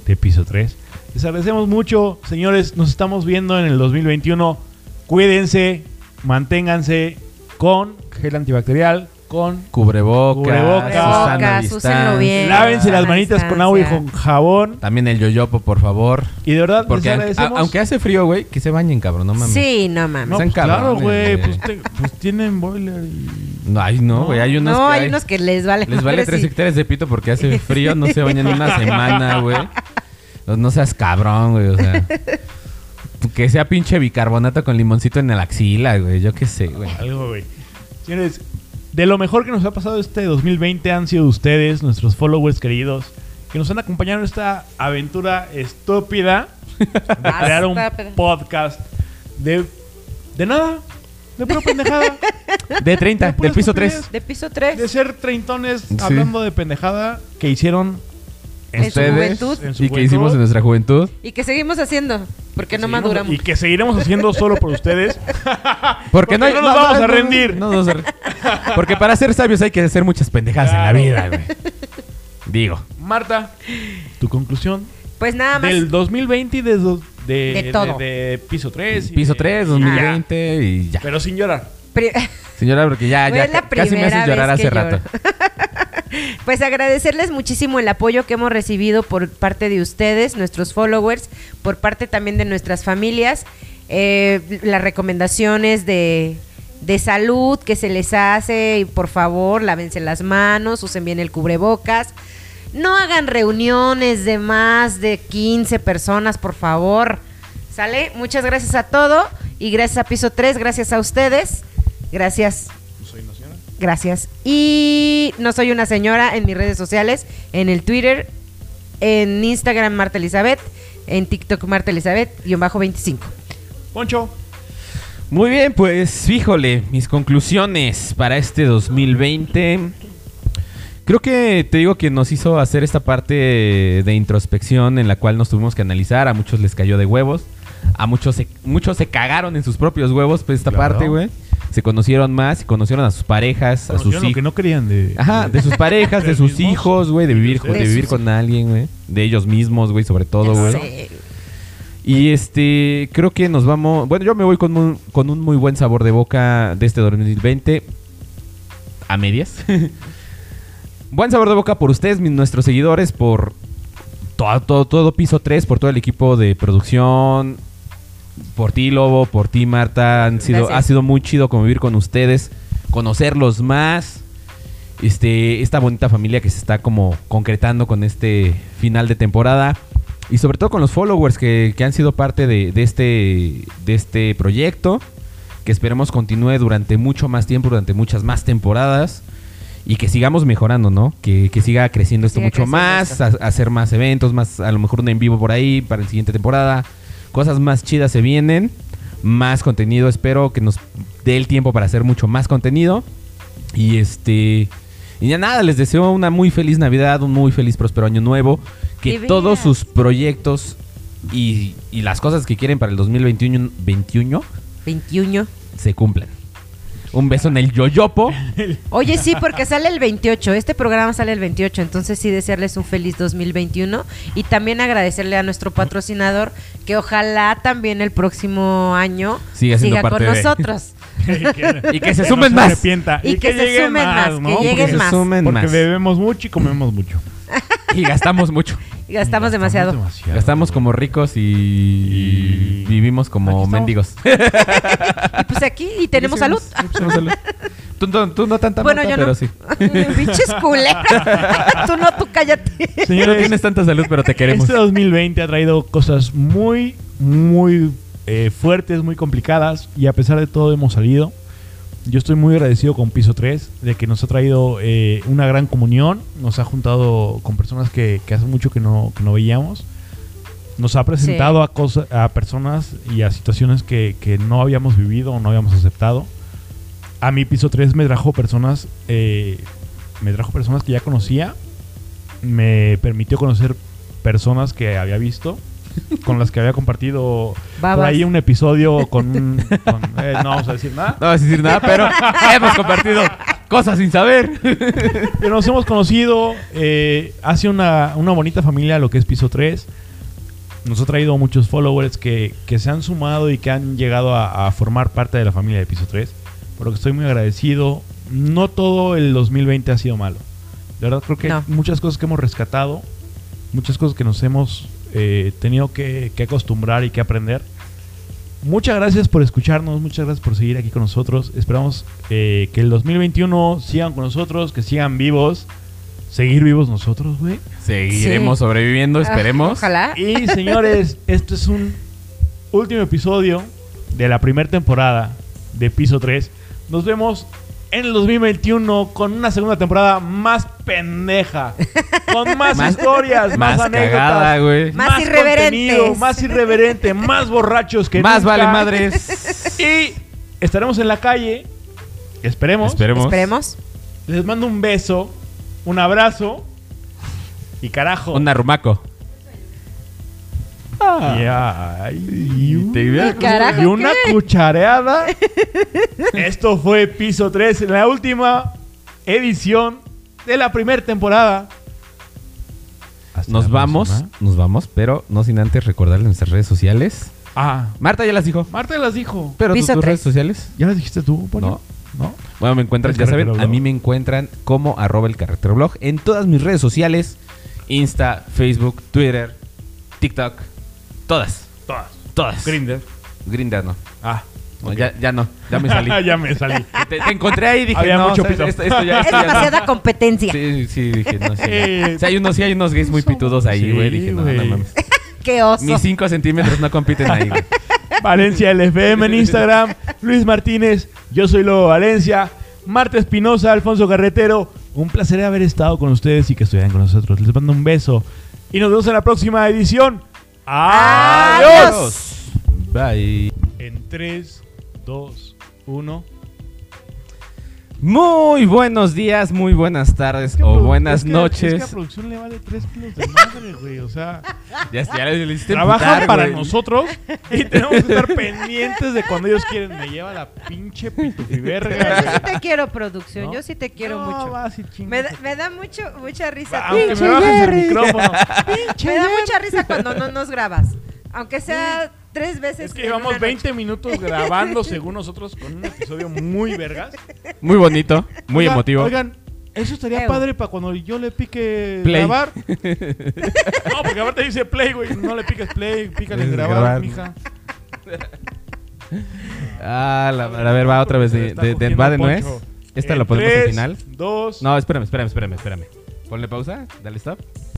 S3: de Piso 3. Les agradecemos mucho, señores. Nos estamos viendo en el 2021. Cuídense, manténganse con gel antibacterial, con...
S2: Cubrebocas.
S3: Cubrebocas,
S2: Susana
S4: úsenlo bien.
S3: Lávense
S4: a
S3: las
S4: la
S3: manitas con agua y con
S4: distancia.
S3: jabón.
S2: También el yoyopo, por favor.
S3: Y de verdad,
S2: Porque
S3: les
S2: aunque,
S3: agradecemos.
S2: a- aunque hace frío, güey, que se bañen, cabrón, no mames.
S4: Sí, no mames.
S3: No,
S2: sean
S3: pues, claro,
S2: cabrones,
S3: güey.
S2: güey.
S3: Pues, te- pues tienen boiler y...
S2: No, ay, no, güey, hay unos
S4: No,
S2: que
S4: hay unos que les vale
S2: les vale
S4: madre,
S2: tres
S4: sí.
S2: hectáreas de pito porque hace frío, no se bañan una semana, güey. No, no seas cabrón, güey, o sea. Que sea pinche bicarbonato con limoncito en la axila, güey, yo qué sé, güey.
S3: Algo, güey. Señores, de lo mejor que nos ha pasado este 2020 han sido ustedes, nuestros followers queridos, que nos han acompañado en esta aventura estúpida de crear un
S4: Estúpida.
S3: podcast de. de nada, de pura pendejada,
S2: De 30, del piso 3.
S4: De piso 3.
S3: de ser treintones
S2: Sí.
S3: hablando de pendejada que hicieron
S4: En su
S2: Ustedes
S4: juventud.
S3: En su
S2: y que
S3: juventud.
S2: hicimos en nuestra juventud.
S4: Y que seguimos haciendo, porque no
S3: seguiremos-
S4: maduramos.
S3: Y que seguiremos haciendo solo por ustedes.
S2: Porque,
S3: no, nos vamos a rendir.
S2: no nos vamos a re- Porque para ser sabios hay que hacer muchas pendejadas
S3: Claro.
S2: en la vida, güey. Digo.
S3: Marta, tu conclusión
S4: Pues nada más.
S3: del 2020 y de, do- de,
S4: De todo.
S3: de- de piso 3.
S2: Piso 3, 2020 y ya.
S3: Pero sin llorar.
S4: pri-
S2: Señora, porque ya,
S4: Fue
S2: ya
S4: la
S2: ca- casi me haces
S4: primera
S2: llorar
S4: vez
S2: hace
S4: que
S2: rato.
S4: Pues agradecerles muchísimo el apoyo que hemos recibido por parte de ustedes, nuestros followers, por parte también de nuestras familias, eh, las recomendaciones de, de salud que se les hace, y por favor, lávense las manos, usen bien el cubrebocas. No hagan reuniones de más de 15 personas, por favor. ¿Sale? Muchas gracias a todo y gracias a Piso 3, gracias a ustedes. Gracias Gracias. Y no soy una señora en mis redes sociales, en el Twitter, en Instagram Marta Elizabeth, en TikTok Marta Elizabeth, guión bajo 25.
S3: Poncho.
S2: Muy bien, pues híjole, mis conclusiones para este 2020. Creo que te digo que nos hizo hacer esta parte de introspección en la cual nos tuvimos que analizar. A muchos les cayó de huevos. A muchos se, muchos se cagaron en sus propios huevos, pues esta
S5: Claro.
S2: parte, güey. Se conocieron más, se conocieron a sus parejas, a Ah,
S3: Conocieron
S2: sus
S3: lo que
S2: hijos.
S3: no querían de.
S2: Ajá, de sus parejas, de
S3: Ustedes
S2: sus
S3: mismos.
S2: hijos, güey, de vivir,
S3: De
S2: de vivir
S4: sus-
S2: con alguien, güey. De ellos mismos, güey, sobre todo,
S4: Ya
S2: güey.
S4: sé.
S2: Y este, creo que nos vamos. Bueno, yo me voy con, un- con un muy buen sabor de boca de este 2020. A medias. buen sabor de boca por ustedes, mis- nuestros seguidores, por todo, todo, todo piso 3, por todo el equipo de producción. Por ti, Lobo, por ti, Marta. Han sido,
S4: Gracias.
S2: ha sido muy chido convivir con ustedes, conocerlos más. Este, esta bonita familia que se está como concretando con este final de temporada. Y sobre todo con los followers que, que han sido parte de, de este, de este proyecto. Que esperemos continúe durante mucho más tiempo, durante muchas más temporadas. Y que sigamos mejorando, ¿no? Que, que siga creciendo esto
S4: Siga
S2: mucho
S4: creciendo
S2: más.
S4: esto.
S2: a- hacer más eventos, más a lo mejor un en vivo por ahí para la siguiente temporada. Cosas más chidas se vienen. Más contenido. Espero que nos dé el tiempo para hacer mucho más contenido. Y este. Y ya nada, les deseo una muy feliz Navidad, un muy feliz próspero año nuevo. Que
S4: De veras.
S2: todos sus proyectos y, y las cosas que quieren para el 2021 21,
S4: 21.
S2: se cumplan. Un beso en el yoyopo.
S4: Oye, sí, porque sale el 28. Este programa sale el 28. Entonces, sí, desearles un feliz 2021. Y también agradecerle a nuestro patrocinador que ojalá también el próximo año
S2: Siga siendo parte
S4: con
S2: de-
S4: nosotros.
S2: Y que se
S3: no
S2: sumen más.
S3: arrepienta.
S4: Y que se
S3: lleguen
S4: sumen más, que
S3: Porque-
S4: lleguen
S2: se
S4: más.
S2: sumen
S3: Porque
S2: más.
S3: bebemos mucho y comemos mucho.
S2: Y gastamos mucho.
S4: Gastamos demasiado.
S2: Gastamos como ricos y, y vivimos
S3: Aquí
S2: como
S3: estamos.
S2: mendigos.
S4: Y pues aquí, y tenemos salud.
S2: Tenemos salud. Tú, no- tú no tanta,
S4: Bueno,
S2: Marta,
S4: yo
S2: pero sí.
S4: no. Pinches culeras. tú no, tú cállate.
S2: No
S3: Señores,
S2: tienes tanta salud, pero te queremos.
S3: Este 2020 ha traído cosas muy, muy eh, fuertes, muy complicadas y a pesar de todo hemos salido. Yo estoy muy agradecido con Piso 3 de que nos ha traído eh, una gran comunión, nos ha juntado con personas que, que hace mucho que no, que no veíamos, nos ha presentado a, cosa- a personas y a situaciones que, que no habíamos vivido o no habíamos aceptado. A mí Piso 3 me trajo personas, eh, me trajo personas que ya conocía, me permitió conocer personas que había visto, con las que había compartido por
S4: Babas.
S3: ahí un episodio con... un- con- eh, no vamos a decir nada.
S2: No vas a decir nada, pero hemos compartido cosas sin saber.
S3: Pero nos hemos conocido, eh, hace una, una bonita familia lo que es Piso 3. Nos ha traído muchos followers que, que se han sumado y que han llegado a, a formar parte de la familia de Piso 3. Por lo que estoy muy agradecido. No todo el 2020 ha sido malo. De verdad creo que
S4: No.
S3: muchas cosas que hemos rescatado, muchas cosas que nos hemos eh, tenido que, que acostumbrar y que aprender. Muchas gracias por escucharnos, muchas gracias por seguir aquí con nosotros. Esperamos eh, que el 2021 sigan con nosotros, que sigan vivos, seguir vivos nosotros, güey.
S2: Seguiremos
S4: Sí.
S2: sobreviviendo,
S3: Ah,
S2: esperemos.
S4: Ojalá.
S3: Y señores, esto es un último episodio de la primera temporada de Piso 3. Nos vemos en el 2021 con una segunda temporada más pendeja, con más,
S2: Más-
S3: historias, más,
S2: más
S3: anécdotas,
S2: cagada, güey.
S4: Más irreverentes.
S3: contenido, más irreverente, más borrachos que
S2: Más
S3: nunca.
S2: vale madres.
S3: Y estaremos en la calle. Esperemos.
S2: Esperemos.
S4: Esperemos.
S3: Les mando un beso, un abrazo. Y carajo.
S2: Un arrumaco.
S3: Y, ay,
S2: Y te-
S4: Y carajo,
S3: Ah. y una
S4: ¿qué?
S3: cuchareada. Esto fue Piso 3, la última edición de la primera temporada. Hasta
S2: Nos
S3: la
S2: vamos,
S3: próxima.
S2: Pues nos vamos, pero no sin antes recordarles nuestras redes sociales.
S3: Ah,
S2: Marta ya las dijo.
S3: Marta las dijo.
S2: Pero
S4: Piso
S2: tus, tus
S4: tres.
S2: redes sociales.
S3: ¿Ya las dijiste tú, Pollo?
S2: No.
S3: No.
S2: Bueno, me encuentran,
S3: El
S2: ya saben,
S3: Carretero
S2: a mí
S3: Blog.
S2: me encuentran como arroba el carretero blog en todas mis redes sociales. Insta, Facebook, Twitter, TikTok. Todas.
S3: Todas.
S2: Todas.
S3: Grinder.
S2: Grindr no.
S3: Ah.
S2: No, ya, ya no. Ya me salí.
S3: ya me salí.
S2: te, te encontré ahí y dije,
S3: Había
S2: no,
S3: mucho
S2: ¿sabes?
S3: pito.
S2: Esto, esto ya,
S4: Es
S2: esto ya no.
S4: demasiada competencia.
S2: Sí, sí, dije, no, sí.
S3: Eh,
S2: O sea, hay unos, sí, hay unos gays muy pitudos ahí,
S3: Sí,
S2: güey. Dije, no, no
S3: güey.
S2: mames.
S4: Qué oso.
S2: Ni 5 centímetros no compiten ahí, güey.
S3: Valencia LFM en Instagram. Luis Martínez. Yo soy Lobo Valencia. Marta Espinosa, Alfonso Carretero. Un placer haber estado con ustedes y que estuvieran con nosotros. Les mando un beso. Y nos vemos en la próxima edición. ¡Adiós!
S2: Bye.
S3: En 3, 2, 1.
S2: Muy buenos días, muy buenas tardes o Oh, buenas noches.
S3: Es que a producción le vale 3 kilos de madre, güey. O sea,
S2: Ya, ya le- le hiciste
S3: trabajan
S2: emputar,
S3: para
S2: güey.
S3: nosotros y tenemos que estar pendientes de cuando ellos quieren. Me lleva la pinche
S4: Pero yo sí
S3: pitufiverga.
S4: te quiero, producción.
S3: ¿No?
S4: Yo sí te quiero
S3: No,
S4: mucho.
S3: vas y chingas
S4: Me
S3: a
S4: da, me da mucho, mucha risa.
S3: Aunque me bajes el micrófono.
S4: Me da mucha risa cuando no nos grabas. Aunque sea tres veces.
S3: Es que
S4: en una
S3: llevamos
S4: noche.
S3: 20 minutos grabando, según nosotros, con un episodio muy vergas.
S2: Muy bonito, muy
S3: Oigan,
S2: emotivo.
S3: Oigan, eso estaría
S4: Ew.
S3: padre para cuando yo le pique
S2: Play.
S3: grabar. no, porque ahora te dice play, güey. No le piques play, pícale
S2: Debes
S3: grabar,
S2: grabar.
S3: mija.
S2: Ah, la, a ver, va otra vez de, de, de- va de nuez. Esta la
S3: lo
S2: ponemos al final.
S3: Dos.
S2: No, espérame, espérame, espérame, espérame. Ponle pausa, dale stop.